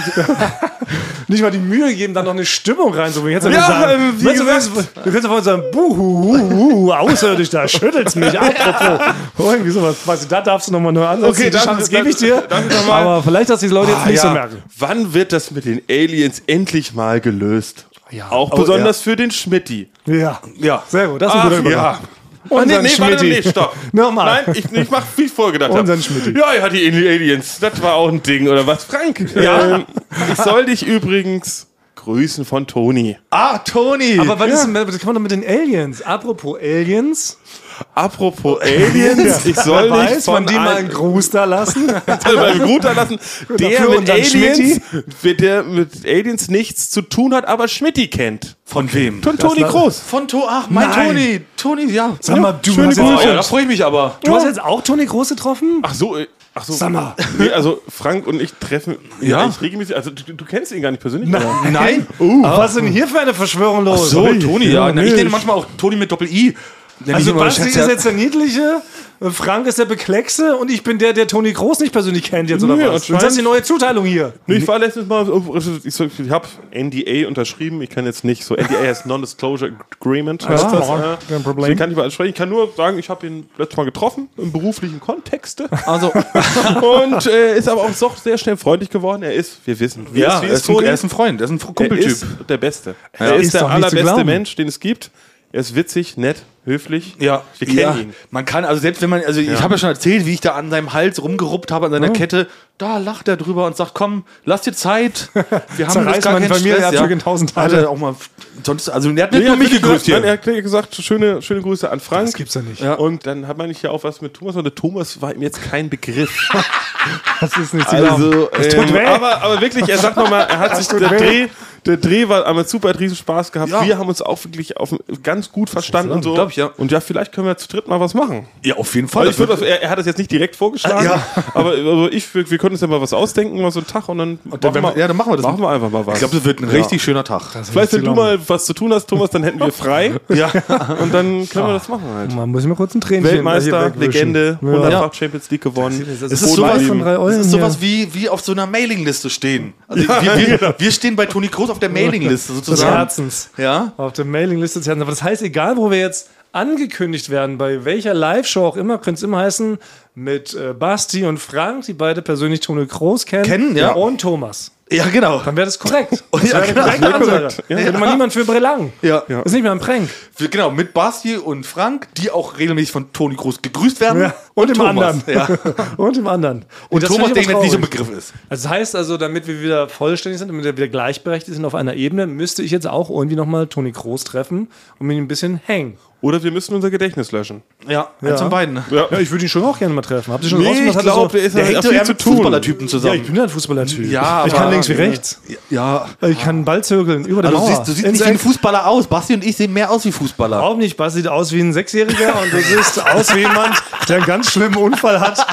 [SPEAKER 1] Nicht mal die Mühe geben, da noch eine Stimmung reinzubringen. Hättest du
[SPEAKER 2] Ja,
[SPEAKER 1] ja,
[SPEAKER 2] ähm,
[SPEAKER 1] sagen.
[SPEAKER 2] wie
[SPEAKER 1] Weißt du,
[SPEAKER 2] gesagt-
[SPEAKER 1] du könntest davon sagen, buhu, außerirdisch, da schüttelt's mich. Apropos. Oh, Irgendwie sowas. Weißt du, da darfst du nochmal neu ansetzen.
[SPEAKER 2] Okay,
[SPEAKER 1] die
[SPEAKER 2] dann-
[SPEAKER 1] Chance gebe ich
[SPEAKER 2] dann-
[SPEAKER 1] dir.
[SPEAKER 2] dann noch mal.
[SPEAKER 1] Aber vielleicht, dass die Leute jetzt
[SPEAKER 2] Ah,
[SPEAKER 1] nicht
[SPEAKER 2] ja.
[SPEAKER 1] so merken.
[SPEAKER 2] Wann wird das mit den Aliens endlich mal gelöst?
[SPEAKER 1] Ja.
[SPEAKER 2] Auch
[SPEAKER 1] Oh,
[SPEAKER 2] besonders für den Schmitti.
[SPEAKER 1] Ja.
[SPEAKER 2] Ja.
[SPEAKER 1] Sehr gut, das ist ein guter Übergang.
[SPEAKER 2] Ja. Oh,
[SPEAKER 1] Unseren
[SPEAKER 2] nee, nee, warte,
[SPEAKER 1] Schmidti.
[SPEAKER 2] nee, stopp.
[SPEAKER 1] [LAUGHS] Nochmal.
[SPEAKER 2] Nein, ich, ich mach, wie ich vorgedacht habe.
[SPEAKER 1] Unseren Schmidti.
[SPEAKER 2] Ja, ja, die Aliens. Das war auch ein Ding, oder was? Frank, ähm, ich soll dich übrigens grüßen von Toni.
[SPEAKER 3] ah, Toni.
[SPEAKER 1] Aber was ist denn, das kann man doch mit den Aliens? Apropos Aliens, [LAUGHS]
[SPEAKER 2] Apropos Aliens, ich soll
[SPEAKER 1] wer
[SPEAKER 2] dich
[SPEAKER 1] weiß,
[SPEAKER 2] von
[SPEAKER 1] man die mal einen
[SPEAKER 2] [LAUGHS]
[SPEAKER 1] Gruß da lassen.
[SPEAKER 2] Also beim Gruter lassen, der
[SPEAKER 1] Dafür
[SPEAKER 2] mit,
[SPEAKER 1] unseren
[SPEAKER 2] Aliens, mit der mit Aliens nichts zu tun hat, aber Schmidti kennt.
[SPEAKER 3] von wem?
[SPEAKER 2] [LAUGHS] Von Toni
[SPEAKER 1] war-
[SPEAKER 2] Groß.
[SPEAKER 3] Von To, ach, mein
[SPEAKER 1] Nein.
[SPEAKER 3] Toni. Toni, ja.
[SPEAKER 1] Sag mal, du,
[SPEAKER 2] schöne
[SPEAKER 1] hast,
[SPEAKER 2] Grüße.
[SPEAKER 1] jetzt,
[SPEAKER 3] Oh, ja, da freue ich mich aber.
[SPEAKER 1] du hast jetzt auch Toni Groß getroffen?
[SPEAKER 2] Ach so, äh, ach so.
[SPEAKER 1] Sag mal.
[SPEAKER 2] Nee, also Frank und ich treffen
[SPEAKER 3] Ja.
[SPEAKER 2] eigentlich regelmäßig. Also du, du kennst ihn gar nicht persönlich. oder?
[SPEAKER 3] Nein.
[SPEAKER 1] Was ist denn hier für eine Verschwörung los?
[SPEAKER 3] So, Toni, ja.
[SPEAKER 1] Ja,
[SPEAKER 3] Na, ich
[SPEAKER 1] nee.
[SPEAKER 3] nenne manchmal auch Toni mit Doppel-I. Nenn ich
[SPEAKER 1] Also
[SPEAKER 3] immer,
[SPEAKER 1] Basti
[SPEAKER 3] ich
[SPEAKER 1] ist
[SPEAKER 3] hab's ja-
[SPEAKER 1] jetzt der Niedliche, Frank ist der Bekleckse und ich bin der, der Toni Groß nicht persönlich kennt jetzt, oder
[SPEAKER 2] Nö,
[SPEAKER 1] was? Und das ist die neue Zuteilung hier.
[SPEAKER 2] Nee, ich war letztens mal, also ich, so- ich habe NDA unterschrieben. Ich kann jetzt nicht so, NDA heißt Non-Disclosure
[SPEAKER 3] Ah,
[SPEAKER 2] Agreement. heißt das,
[SPEAKER 1] ja,
[SPEAKER 2] äh,
[SPEAKER 1] kein Problem.
[SPEAKER 2] Deswegen kann ich über alles sprechen. Ich kann nur sagen, ich habe ihn letztes Mal getroffen, im beruflichen Kontexte.
[SPEAKER 3] Also,
[SPEAKER 2] [LAUGHS] und äh, ist aber auch so sehr schnell freundlich geworden. Er ist, wir wissen, wie
[SPEAKER 3] ja,
[SPEAKER 2] ist, wie
[SPEAKER 3] er ist, ein,
[SPEAKER 2] Toni?
[SPEAKER 3] er ist ein Freund, er ist ein
[SPEAKER 2] Er
[SPEAKER 3] Kumpeltyp.
[SPEAKER 2] ist der Beste. Er ist,
[SPEAKER 1] Ist
[SPEAKER 2] der
[SPEAKER 1] doch nicht zu
[SPEAKER 2] allerbeste
[SPEAKER 1] glauben.
[SPEAKER 2] Mensch, den es gibt. Er ist witzig, nett, höflich.
[SPEAKER 3] Ja,
[SPEAKER 2] wir kennen
[SPEAKER 3] ja.
[SPEAKER 2] ihn.
[SPEAKER 3] Man kann, also selbst wenn man, also ich habe ja schon erzählt, wie ich da an seinem Hals rumgeruppt habe, an seiner Kette, da lacht er drüber und sagt, komm, lass dir Zeit. Wir haben
[SPEAKER 1] Zerreiß
[SPEAKER 3] jetzt gar
[SPEAKER 1] meine
[SPEAKER 3] keinen
[SPEAKER 1] Familie,
[SPEAKER 3] Stress.
[SPEAKER 1] ihr habt schon tausend
[SPEAKER 3] Hat
[SPEAKER 1] Teile.
[SPEAKER 3] er auch mal, sonst, also der hat nicht
[SPEAKER 2] Nee,
[SPEAKER 3] nur
[SPEAKER 2] er
[SPEAKER 3] mich
[SPEAKER 2] hat
[SPEAKER 3] gegrüßt
[SPEAKER 2] Nein, er
[SPEAKER 3] hier.
[SPEAKER 2] hat gesagt, schöne, schöne Grüße an Frank.
[SPEAKER 1] Das gibt's ja nicht.
[SPEAKER 2] Ja. Und dann hat man nicht ja auch was mit Thomas, und Thomas war ihm jetzt kein Begriff.
[SPEAKER 1] Das ist nicht zu glauben.
[SPEAKER 2] Also,
[SPEAKER 1] Das tut
[SPEAKER 2] ähm,
[SPEAKER 1] weh.
[SPEAKER 2] aber, aber wirklich, er sagt nochmal, er hat sich
[SPEAKER 1] tut
[SPEAKER 2] der
[SPEAKER 1] weh.
[SPEAKER 2] Dreh, der Dreh war einmal super, hat riesen Spaß gehabt.
[SPEAKER 3] Ja.
[SPEAKER 2] Wir haben uns auch wirklich auf, ganz gut verstanden und so.
[SPEAKER 3] glaub ich, ja.
[SPEAKER 2] Und ja, vielleicht können wir zu dritt mal was machen.
[SPEAKER 3] Ja, auf jeden Fall.
[SPEAKER 2] Also ich würd, das- er, er hat das jetzt nicht direkt vorgeschlagen,
[SPEAKER 3] Ah,
[SPEAKER 2] aber also ich, wir, wir können uns ja mal was ausdenken, mal so einen Tag und dann,
[SPEAKER 3] dann werden wir- ja, dann machen wir das.
[SPEAKER 2] Machen wir einfach mal was.
[SPEAKER 3] ich glaube, das wird ein richtig schöner Tag.
[SPEAKER 2] Vielleicht, wenn du mal was zu tun hast, Thomas, dann hätten wir frei. ja.
[SPEAKER 3] [LAUGHS]
[SPEAKER 2] Und [LAUGHS] dann können wir das machen halt.
[SPEAKER 1] Man muss mir kurz ein Tränchen hier
[SPEAKER 2] Weltmeister,
[SPEAKER 1] wegwischen.
[SPEAKER 2] Legende,
[SPEAKER 1] Ja.
[SPEAKER 2] 100-fach Champions League gewonnen.
[SPEAKER 1] Das
[SPEAKER 2] Boden
[SPEAKER 1] ist sowas
[SPEAKER 2] geblieben.
[SPEAKER 1] von drei Eulen
[SPEAKER 3] Das ist sowas
[SPEAKER 1] hier.
[SPEAKER 3] wie, wie auf so einer Mailingliste stehen. Also wir, wir, wir stehen bei Toni Groß auf der Mailingliste
[SPEAKER 1] des
[SPEAKER 3] sozusagen.
[SPEAKER 1] Herzens.
[SPEAKER 3] Ja.
[SPEAKER 1] Auf der Mailingliste des Herzens. Aber das heißt, egal wo wir jetzt angekündigt werden, bei welcher Live-Show auch immer, könnte es immer heißen, mit äh, Basti und Frank, die beide persönlich Tone Groß kennen.
[SPEAKER 3] Kennen, ja.
[SPEAKER 1] Und Thomas.
[SPEAKER 3] Ja, genau.
[SPEAKER 1] Dann wäre das korrekt. Das
[SPEAKER 3] Ja,
[SPEAKER 1] wäre eine
[SPEAKER 3] genau.
[SPEAKER 1] korrekte
[SPEAKER 2] Das wäre
[SPEAKER 1] Ansage.
[SPEAKER 2] korrekt.
[SPEAKER 1] Ja. Hätte man niemand für Brillang.
[SPEAKER 3] Ja.
[SPEAKER 1] Das Ist nicht mehr ein Prank.
[SPEAKER 3] Wir, genau, mit Basti und Frank, die auch regelmäßig von Toni Groß gegrüßt werden.
[SPEAKER 1] Und, dem
[SPEAKER 3] Thomas.
[SPEAKER 1] anderen.
[SPEAKER 3] Ja.
[SPEAKER 1] [LAUGHS] Und dem anderen.
[SPEAKER 3] Und
[SPEAKER 1] das
[SPEAKER 3] Thomas,
[SPEAKER 1] finde
[SPEAKER 3] der
[SPEAKER 1] ich aber
[SPEAKER 3] jetzt nicht
[SPEAKER 1] traurig.
[SPEAKER 3] im Begriff ist.
[SPEAKER 1] Also das heißt also, damit wir wieder vollständig sind, damit wir wieder gleichberechtigt sind auf einer Ebene, müsste ich jetzt auch irgendwie nochmal Toni Kroos treffen und mich ein bisschen hängen.
[SPEAKER 2] Oder wir müssen unser Gedächtnis löschen.
[SPEAKER 3] Ja, eins von beiden.
[SPEAKER 2] Ja.
[SPEAKER 1] ich würde ihn schon auch gerne mal treffen. Habt ihr schon
[SPEAKER 2] Nee,
[SPEAKER 1] rausgemacht,
[SPEAKER 2] ich
[SPEAKER 1] hat er
[SPEAKER 2] glaub, der ist
[SPEAKER 3] Der
[SPEAKER 2] hat
[SPEAKER 3] hängt
[SPEAKER 2] viel
[SPEAKER 3] doch eher
[SPEAKER 2] zu
[SPEAKER 3] mit
[SPEAKER 2] tun.
[SPEAKER 3] Fußballertypen
[SPEAKER 1] Ja,
[SPEAKER 3] zusammen.
[SPEAKER 1] ich bin ja ein Fußballertyp.
[SPEAKER 3] Ja,
[SPEAKER 1] ich kann
[SPEAKER 3] aber-
[SPEAKER 1] links wie rechts.
[SPEAKER 3] Ja.
[SPEAKER 1] Ich kann einen Ball zirkeln über die
[SPEAKER 3] Also du
[SPEAKER 1] Mauer.
[SPEAKER 3] siehst, du siehst
[SPEAKER 1] Ins
[SPEAKER 3] nicht wie ein
[SPEAKER 1] Eck.
[SPEAKER 3] Fußballer aus. Basti und ich sehen mehr aus wie Fußballer.
[SPEAKER 1] Überhaupt nicht. Bass sieht aus wie ein Sechsjähriger und du siehst aus wie jemand, der einen ganz schlimmen Unfall hat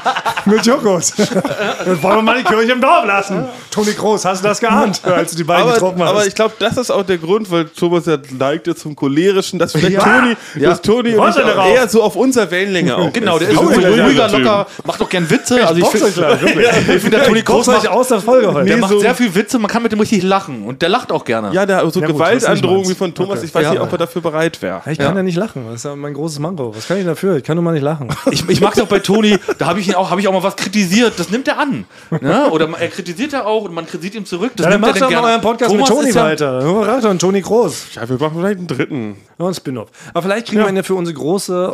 [SPEAKER 1] mit Jokos. Dann wollen wir mal die Kirche im Dorf lassen. Toni Kroos, hast du das geahnt, als du die beiden getroffen
[SPEAKER 2] Aber,
[SPEAKER 1] hast?
[SPEAKER 2] aber ich glaube, das ist auch der Grund, weil Thomas ja neigte zum cholerischen, dass vielleicht
[SPEAKER 1] Ja.
[SPEAKER 2] Toni,
[SPEAKER 3] Ja.
[SPEAKER 2] dass Toni und
[SPEAKER 1] Warte
[SPEAKER 2] ich auch
[SPEAKER 1] darauf.
[SPEAKER 2] eher so auf unserer Wellenlänge auch.
[SPEAKER 3] Genau, der
[SPEAKER 2] Wir
[SPEAKER 3] ist so
[SPEAKER 2] sind so
[SPEAKER 3] ruhiger,
[SPEAKER 2] Typen.
[SPEAKER 3] locker, macht auch gern Witze. Also ich
[SPEAKER 1] boxe
[SPEAKER 3] find-
[SPEAKER 1] euch gleich, wirklich.
[SPEAKER 3] [LAUGHS] Ja, ich finde, der Toni Kroos
[SPEAKER 1] Großartig
[SPEAKER 3] macht,
[SPEAKER 1] aus der Folge heute.
[SPEAKER 3] der
[SPEAKER 2] Nee,
[SPEAKER 3] macht
[SPEAKER 2] so-
[SPEAKER 3] sehr viel Witze, man kann mit dem richtig lachen. Und der lacht auch gerne.
[SPEAKER 2] Ja, der, so
[SPEAKER 1] Ja, gut, was
[SPEAKER 2] Gewaltandrohungen
[SPEAKER 1] nicht
[SPEAKER 2] wie von Thomas, ich weiß
[SPEAKER 3] Ja.
[SPEAKER 2] nicht, ob er dafür bereit wäre.
[SPEAKER 1] Ich kann ja. nicht lachen. Das ist ja mein großes Manko. Was kann ich dafür? Ich kann nur mal nicht lachen.
[SPEAKER 3] Ich, ich mag es auch bei Toni, da habe ich ihn auch, habe ich auch mal was kritisiert, das nimmt er an. Ne? Oder man- er kritisiert ja auch und man kritisiert ihm zurück. Das
[SPEAKER 1] Ja, dann
[SPEAKER 3] nimmt
[SPEAKER 1] macht
[SPEAKER 3] er
[SPEAKER 1] doch
[SPEAKER 3] denn
[SPEAKER 1] mal
[SPEAKER 3] gerne.
[SPEAKER 1] euren Podcast
[SPEAKER 3] Thomas
[SPEAKER 1] mit Toni
[SPEAKER 3] ist ja-
[SPEAKER 1] weiter. Nur Racht und Toni Groß.
[SPEAKER 2] Ja, wir machen vielleicht einen dritten.
[SPEAKER 1] Ja, ein Spin-off. Aber vielleicht kriegen wir ihn ja für unsere große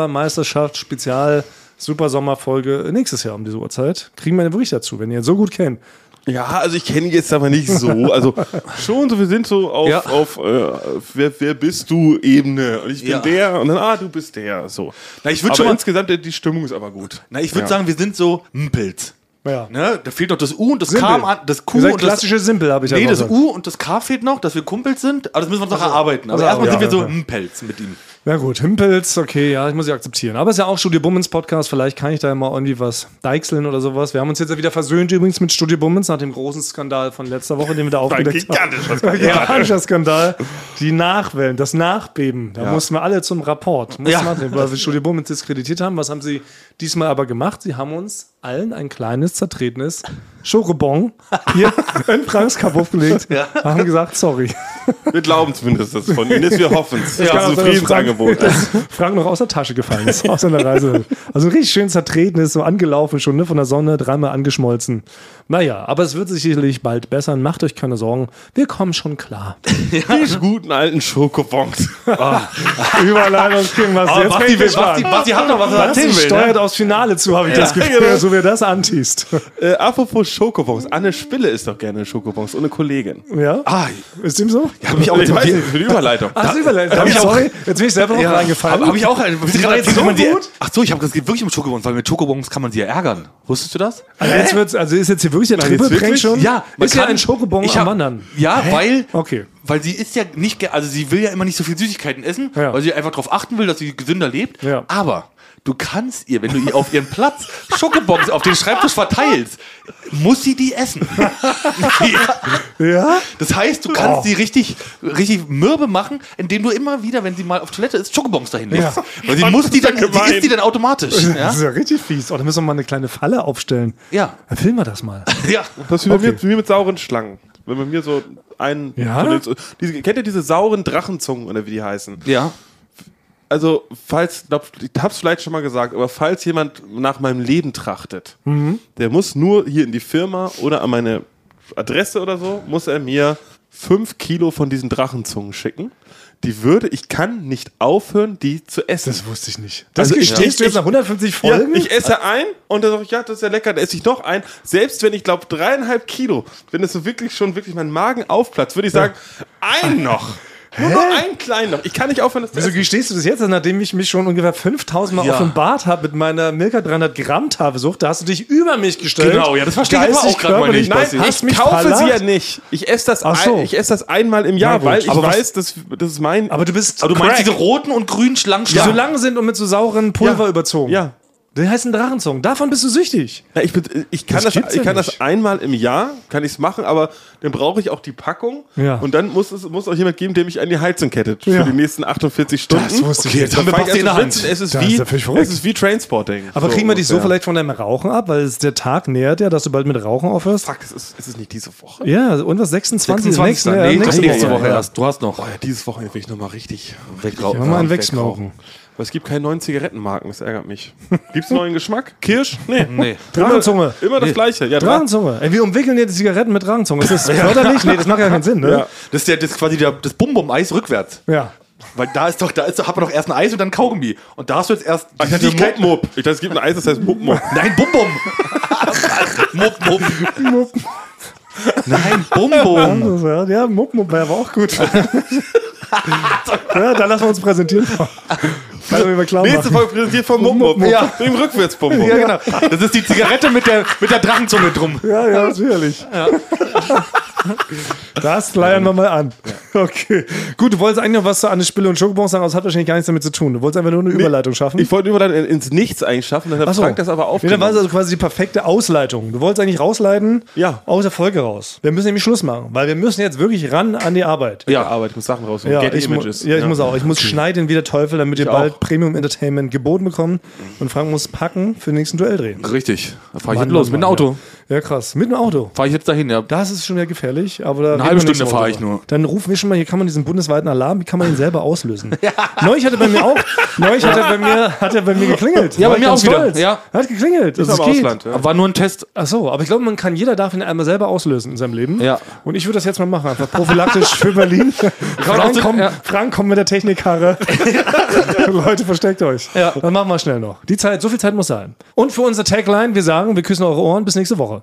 [SPEAKER 1] Europameisterschaft Spezial Super Sommerfolge nächstes Jahr um diese Uhrzeit. Kriegen wir einen Bericht dazu, wenn ihr ihn so gut kennt.
[SPEAKER 2] Ja, also ich kenne ihn jetzt aber nicht so. Also [LAUGHS] schon so, wir sind so auf,
[SPEAKER 3] Ja.
[SPEAKER 2] auf äh, wer, wer bist du Ebene. Und ich bin
[SPEAKER 3] Ja.
[SPEAKER 2] der und dann, ah, du bist der. So.
[SPEAKER 3] Na, ich würd
[SPEAKER 2] Aber
[SPEAKER 3] schon mal-
[SPEAKER 2] insgesamt, äh, die Stimmung ist aber gut.
[SPEAKER 3] Na, ich würde sagen, wir sind so Mpels.
[SPEAKER 1] Ja.
[SPEAKER 3] Ne? Da fehlt noch das U und das
[SPEAKER 1] Simpel.
[SPEAKER 3] K, am An- das Q
[SPEAKER 1] Ihr seid
[SPEAKER 3] und das
[SPEAKER 1] klassische Simpel, habe ich
[SPEAKER 3] Nee,
[SPEAKER 1] ja
[SPEAKER 3] das
[SPEAKER 1] gesagt.
[SPEAKER 3] U und das K fehlt noch, dass wir Kumpels sind. Aber das müssen wir uns noch erarbeiten. Aber
[SPEAKER 1] Also,
[SPEAKER 3] erstmal
[SPEAKER 1] ja,
[SPEAKER 3] sind wir so
[SPEAKER 1] ja.
[SPEAKER 3] Mpels mit ihm.
[SPEAKER 1] Na gut, Himpels, okay, ja, ich muss ich akzeptieren. Aber es ist ja auch Studio Bummens Podcast, vielleicht kann ich da ja mal irgendwie was deichseln oder sowas. Wir haben uns jetzt ja wieder versöhnt übrigens mit Studio Bummens nach dem großen Skandal von letzter Woche,
[SPEAKER 3] [LAUGHS]
[SPEAKER 1] den wir da aufgedeckt haben.
[SPEAKER 2] gigantischer Skandal.
[SPEAKER 1] gigantischer Skandal. Die Nachwellen, das Nachbeben, da mussten wir alle zum Rapport. Mussten
[SPEAKER 3] Ja.
[SPEAKER 1] wir annehmen, weil wir Studio Bummens diskreditiert haben. Was haben sie diesmal aber gemacht? Sie haben uns allen ein kleines, zertretenes Schokobon hier in Franks Cup aufgelegt. Haben gesagt, sorry.
[SPEAKER 2] Wir glauben zumindest das von Ihnen. ist, Wir hoffen es.
[SPEAKER 1] Ja,
[SPEAKER 2] Ja,
[SPEAKER 1] also
[SPEAKER 2] ein
[SPEAKER 1] das
[SPEAKER 2] Friedensangebot.
[SPEAKER 1] [LAUGHS] Frank noch aus der Tasche gefallen ist, aus seiner Reise. Also ein richtig schön zertretenes, so angelaufen schon, ne, von der Sonne, dreimal angeschmolzen. Naja, aber es wird sich sicherlich bald bessern. Macht euch keine Sorgen. Wir kommen schon klar.
[SPEAKER 2] Die guten alten Schokobons.
[SPEAKER 3] [LAUGHS]
[SPEAKER 1] Überleitung King, was
[SPEAKER 3] Aber Basti, will- Basti, Basti hat noch was er
[SPEAKER 1] Basti
[SPEAKER 3] erzählen will. Ne?
[SPEAKER 1] steuert aufs Finale zu, habe ich das Gefühl,
[SPEAKER 3] [LAUGHS]
[SPEAKER 1] so wie er das antiest. [LAUGHS]
[SPEAKER 2] Äh, apropos Schokobons. Anne Spille ist doch gerne Schokobons und eine Kollegin.
[SPEAKER 1] Ja?
[SPEAKER 3] Ah,
[SPEAKER 1] Ist dem so? Ja,
[SPEAKER 3] habe ich auch mit
[SPEAKER 2] ich
[SPEAKER 3] dem
[SPEAKER 2] weiß
[SPEAKER 3] Bier-
[SPEAKER 2] nicht, für die Überleitung.
[SPEAKER 1] Ach, Überleitung.
[SPEAKER 3] hab ich auch-
[SPEAKER 1] sorry, jetzt bin ich selber noch reingefallen.
[SPEAKER 3] Habe hab ich auch. Wie
[SPEAKER 1] Die war jetzt so gut?
[SPEAKER 3] Ach so, ich habe das geht wirklich um Schokobons, weil mit Schokobons kann man sie ja ärgern. Wusstest du das?
[SPEAKER 1] Also jetzt wird's, also ist jetzt hier wirklich der
[SPEAKER 2] Nein, jetzt
[SPEAKER 1] Triple Prank
[SPEAKER 2] wirklich?
[SPEAKER 1] schon?
[SPEAKER 3] man
[SPEAKER 1] ist ja
[SPEAKER 3] kann-
[SPEAKER 1] ein Schokobon
[SPEAKER 3] ich
[SPEAKER 1] am
[SPEAKER 3] hab-
[SPEAKER 1] Wandern.
[SPEAKER 3] Ja, weil
[SPEAKER 1] Okay.
[SPEAKER 3] weil sie ist ja nicht, ge- also sie will ja immer nicht so viel Süßigkeiten essen,
[SPEAKER 1] Ja.
[SPEAKER 3] weil sie einfach darauf achten will, dass sie gesünder lebt.
[SPEAKER 1] Ja.
[SPEAKER 3] Aber du kannst ihr, wenn du ihr auf ihrem Platz Schokobons auf den Schreibtisch verteilst, muss sie die essen.
[SPEAKER 1] Ja?
[SPEAKER 3] Das heißt, du kannst
[SPEAKER 1] Oh.
[SPEAKER 3] sie richtig, richtig mürbe machen, indem du immer wieder, wenn sie mal auf Toilette ist, Schokobons dahin legst.
[SPEAKER 1] Ja. [LAUGHS]
[SPEAKER 3] Weil sie muss die dann, sie
[SPEAKER 2] gemein.
[SPEAKER 3] isst die dann automatisch.
[SPEAKER 1] Das
[SPEAKER 3] Ja,
[SPEAKER 1] ist ja richtig fies. Oh, da müssen wir mal eine kleine Falle aufstellen.
[SPEAKER 3] ja.
[SPEAKER 1] Dann filmen wir das mal.
[SPEAKER 3] ja.
[SPEAKER 2] Das ist wie bei mir, wie mir mit sauren Schlangen. Wenn bei mir so einen.
[SPEAKER 1] Ja?
[SPEAKER 2] So eine, diese, kennt ihr diese sauren Drachenzungen oder wie die heißen?
[SPEAKER 3] ja.
[SPEAKER 2] Also, falls, glaub, ich hab's vielleicht schon mal gesagt, aber falls jemand nach meinem Leben trachtet, der muss nur hier in die Firma oder an meine Adresse oder so, muss er mir fünf Kilo von diesen Drachenzungen schicken. Die würde, ich kann nicht aufhören, die zu essen.
[SPEAKER 1] wusste ich nicht. Das
[SPEAKER 2] Also ich-
[SPEAKER 1] gestehst du
[SPEAKER 2] ich-
[SPEAKER 1] jetzt nach 150
[SPEAKER 2] Ja,
[SPEAKER 1] Folgen?
[SPEAKER 2] ich esse ein und dann sage ich, ja, das ist ja lecker, dann esse ich noch ein. Selbst wenn ich glaube, dreieinhalb Kilo, wenn das so wirklich schon wirklich mein Magen aufplatzt, würde ich sagen, ein noch. Nur noch einen kleinen noch. Ich kann nicht aufhören, das zu
[SPEAKER 1] Wieso
[SPEAKER 2] essen.
[SPEAKER 1] gestehst Also, du das jetzt, nachdem ich mich schon ungefähr 5000 Mal
[SPEAKER 3] Ja.
[SPEAKER 1] offenbart habe mit meiner Milka 300 Gramm Tafelsucht? Da hast du dich über mich gestellt.
[SPEAKER 3] Genau, ja, das verstehe ich aber
[SPEAKER 1] Geistig,
[SPEAKER 3] auch gerade mal
[SPEAKER 1] körperlich.
[SPEAKER 3] nicht,
[SPEAKER 1] Nein,
[SPEAKER 3] Basti.
[SPEAKER 1] hast
[SPEAKER 2] Ich
[SPEAKER 1] mich
[SPEAKER 2] kaufe
[SPEAKER 1] verlacht.
[SPEAKER 2] sie ja nicht. Ich esse das,
[SPEAKER 1] Ach so.
[SPEAKER 2] ein, ich esse das einmal im Jahr,
[SPEAKER 1] gut.
[SPEAKER 2] weil ich
[SPEAKER 1] Aber was-
[SPEAKER 2] weiß, das, das ist mein.
[SPEAKER 1] Aber du bist
[SPEAKER 3] Aber du meinst
[SPEAKER 1] Crack.
[SPEAKER 3] diese roten und grünen Schlangen
[SPEAKER 1] die so lang sind und mit so sauren Pulver
[SPEAKER 2] Ja.
[SPEAKER 1] überzogen.
[SPEAKER 2] Ja.
[SPEAKER 1] Der heißt ein Drachenzungen. Davon bist du süchtig.
[SPEAKER 2] Na, ich, bin, ich kann,
[SPEAKER 1] Das
[SPEAKER 2] das,
[SPEAKER 1] gibt's
[SPEAKER 2] ich
[SPEAKER 1] ja
[SPEAKER 2] kann
[SPEAKER 1] nicht.
[SPEAKER 2] das einmal im Jahr, kann ich es machen, aber dann brauche ich auch die Packung.
[SPEAKER 1] Ja.
[SPEAKER 2] Und dann muss es muss auch jemand geben, der mich an die Heizung kettet
[SPEAKER 1] Ja.
[SPEAKER 2] für die nächsten 48 Stunden.
[SPEAKER 1] Das wusste ich nicht.
[SPEAKER 2] Dann
[SPEAKER 1] Haben wir
[SPEAKER 2] fang ich
[SPEAKER 1] Basti
[SPEAKER 2] an
[SPEAKER 1] in
[SPEAKER 2] zu
[SPEAKER 1] der Hand.
[SPEAKER 2] schwitzen. Es ist,
[SPEAKER 1] Da ist
[SPEAKER 2] wie,
[SPEAKER 1] er völlig verrückt.
[SPEAKER 2] es ist wie Trainspotting.
[SPEAKER 1] Aber kriegen wir dich so
[SPEAKER 2] ungefähr.
[SPEAKER 1] vielleicht von deinem Rauchen ab, weil es der Tag nähert ja, dass du bald mit Rauchen aufhörst?
[SPEAKER 2] Fuck, es ist, es ist nicht diese Woche.
[SPEAKER 1] Ja, und was? 26?
[SPEAKER 3] 26.
[SPEAKER 1] Nächste,
[SPEAKER 3] nee,
[SPEAKER 1] ja,
[SPEAKER 3] das
[SPEAKER 1] nächste
[SPEAKER 3] nächste
[SPEAKER 1] Woche.
[SPEAKER 3] Woche erst. Du hast noch
[SPEAKER 2] Oh ja, dieses Wochenende will ich nochmal richtig
[SPEAKER 3] wegrauchen.
[SPEAKER 1] Ja, mal einen wegsmoken.
[SPEAKER 2] Weil es gibt keine neuen Zigarettenmarken, das ärgert mich. [LAUGHS] Gibt es neuen Geschmack? Kirsch? Nee.
[SPEAKER 3] Nee.
[SPEAKER 1] Drachenzunge.
[SPEAKER 2] Immer das gleiche. Ja, Dra-
[SPEAKER 1] Drachenzunge. Ey, wir umwickeln jetzt Zigaretten mit Drachenzunge.
[SPEAKER 3] [LAUGHS]
[SPEAKER 1] Ist das förderlich? Nee, das macht ja keinen Sinn, ne?
[SPEAKER 2] Ja.
[SPEAKER 3] Das ist ja das ist quasi der, das Bum-Bum-Eis rückwärts.
[SPEAKER 1] Ja.
[SPEAKER 3] Weil da ist doch, da ist, doch- hat man doch erst ein Eis und dann Kaugummi. Und da hast du jetzt erst
[SPEAKER 2] Ach, ich dachte, Mupp, Mupp. Ich dachte, es gibt ein Eis, das heißt Mupp, Mupp.
[SPEAKER 3] Nein, Bum-Bum. [LAUGHS] Mupp, Mupp. Nein, Bum-Bum.
[SPEAKER 1] Das, ja, ja Mupp, Mupp wäre aber auch gut. ja, dann lassen wir uns präsentieren. Also, wir klar
[SPEAKER 2] Nächste Folge präsentiert von Mupp, Mupp.
[SPEAKER 3] Ja.
[SPEAKER 2] Dem Rückwärts-Bum, Mupp.
[SPEAKER 3] Ja, genau. Das ist die Zigarette mit der, mit der Drachenzunge drum.
[SPEAKER 1] Ja, ja, sicherlich. Das leiern wir mal an. Okay. Gut, du wolltest eigentlich noch was zu Anne Spille und Schokobons sagen, aber das hat wahrscheinlich gar nichts damit zu tun. Du wolltest einfach nur eine Überleitung schaffen.
[SPEAKER 2] Ich wollte über dann ins Nichts einschaffen, dann hat
[SPEAKER 1] Ach so.
[SPEAKER 2] Frank das aber
[SPEAKER 1] Nee, dann war es
[SPEAKER 2] aufgenommen.
[SPEAKER 1] also quasi die perfekte Ausleitung. Du wolltest eigentlich rausleiten
[SPEAKER 2] Ja.
[SPEAKER 1] aus der Folge raus. Wir müssen nämlich Schluss machen, weil wir müssen jetzt wirklich ran an die Arbeit.
[SPEAKER 2] ja, Arbeit, ich muss Sachen raus.
[SPEAKER 1] Ja, ich, mu- ja, ich muss auch. Ich muss
[SPEAKER 3] Hm.
[SPEAKER 1] schneiden wie der Teufel, damit wir bald Premium Entertainment geboten bekommen. Und Frank muss packen für den nächsten Duell drehen.
[SPEAKER 3] Richtig. Da fahre ich
[SPEAKER 1] Mann,
[SPEAKER 3] jetzt los.
[SPEAKER 1] Mann,
[SPEAKER 3] Mit dem
[SPEAKER 1] Mann,
[SPEAKER 3] Auto.
[SPEAKER 1] Ja. ja, krass. Mit dem Auto.
[SPEAKER 3] Fahre ich jetzt dahin, ja.
[SPEAKER 1] Das ist schon wieder gefährlich, aber da
[SPEAKER 3] Eine
[SPEAKER 1] reden
[SPEAKER 3] halbe
[SPEAKER 1] wir
[SPEAKER 3] Stunde
[SPEAKER 1] nächste Woche
[SPEAKER 3] fahre ich
[SPEAKER 1] drüber.
[SPEAKER 3] nur.
[SPEAKER 1] Dann rufen wir schon mal, hier kann man diesen bundesweiten Alarm, wie kann man den selber
[SPEAKER 3] [LAUGHS]
[SPEAKER 1] auslösen? Neulich hatte bei mir auch, neulich hat er bei mir, hat er bei mir geklingelt.
[SPEAKER 3] Ja,
[SPEAKER 1] War
[SPEAKER 3] bei
[SPEAKER 1] ich
[SPEAKER 3] mir
[SPEAKER 1] ganz
[SPEAKER 3] auch wieder.
[SPEAKER 1] stolz.
[SPEAKER 3] Ja.
[SPEAKER 1] Er hat geklingelt. Also Das
[SPEAKER 2] aber Ausland. Ja.
[SPEAKER 3] War nur ein Test.
[SPEAKER 1] Ach so, aber ich glaube, man kann, jeder darf ihn einmal selber auslösen in seinem Leben.
[SPEAKER 3] Ja.
[SPEAKER 1] Und ich würde das jetzt mal machen, einfach prophylaktisch für Berlin.
[SPEAKER 3] auch
[SPEAKER 1] Frank,
[SPEAKER 3] so-
[SPEAKER 1] komm,
[SPEAKER 3] ja.
[SPEAKER 1] Frank, komm mit der Technikkarre. [LAUGHS] Leute, versteckt euch. Ja. Dann machen wir schnell noch. Die Zeit, so viel Zeit muss sein. Und für unsere Tagline, wir sagen, wir küssen eure Ohren, bis nächste Woche.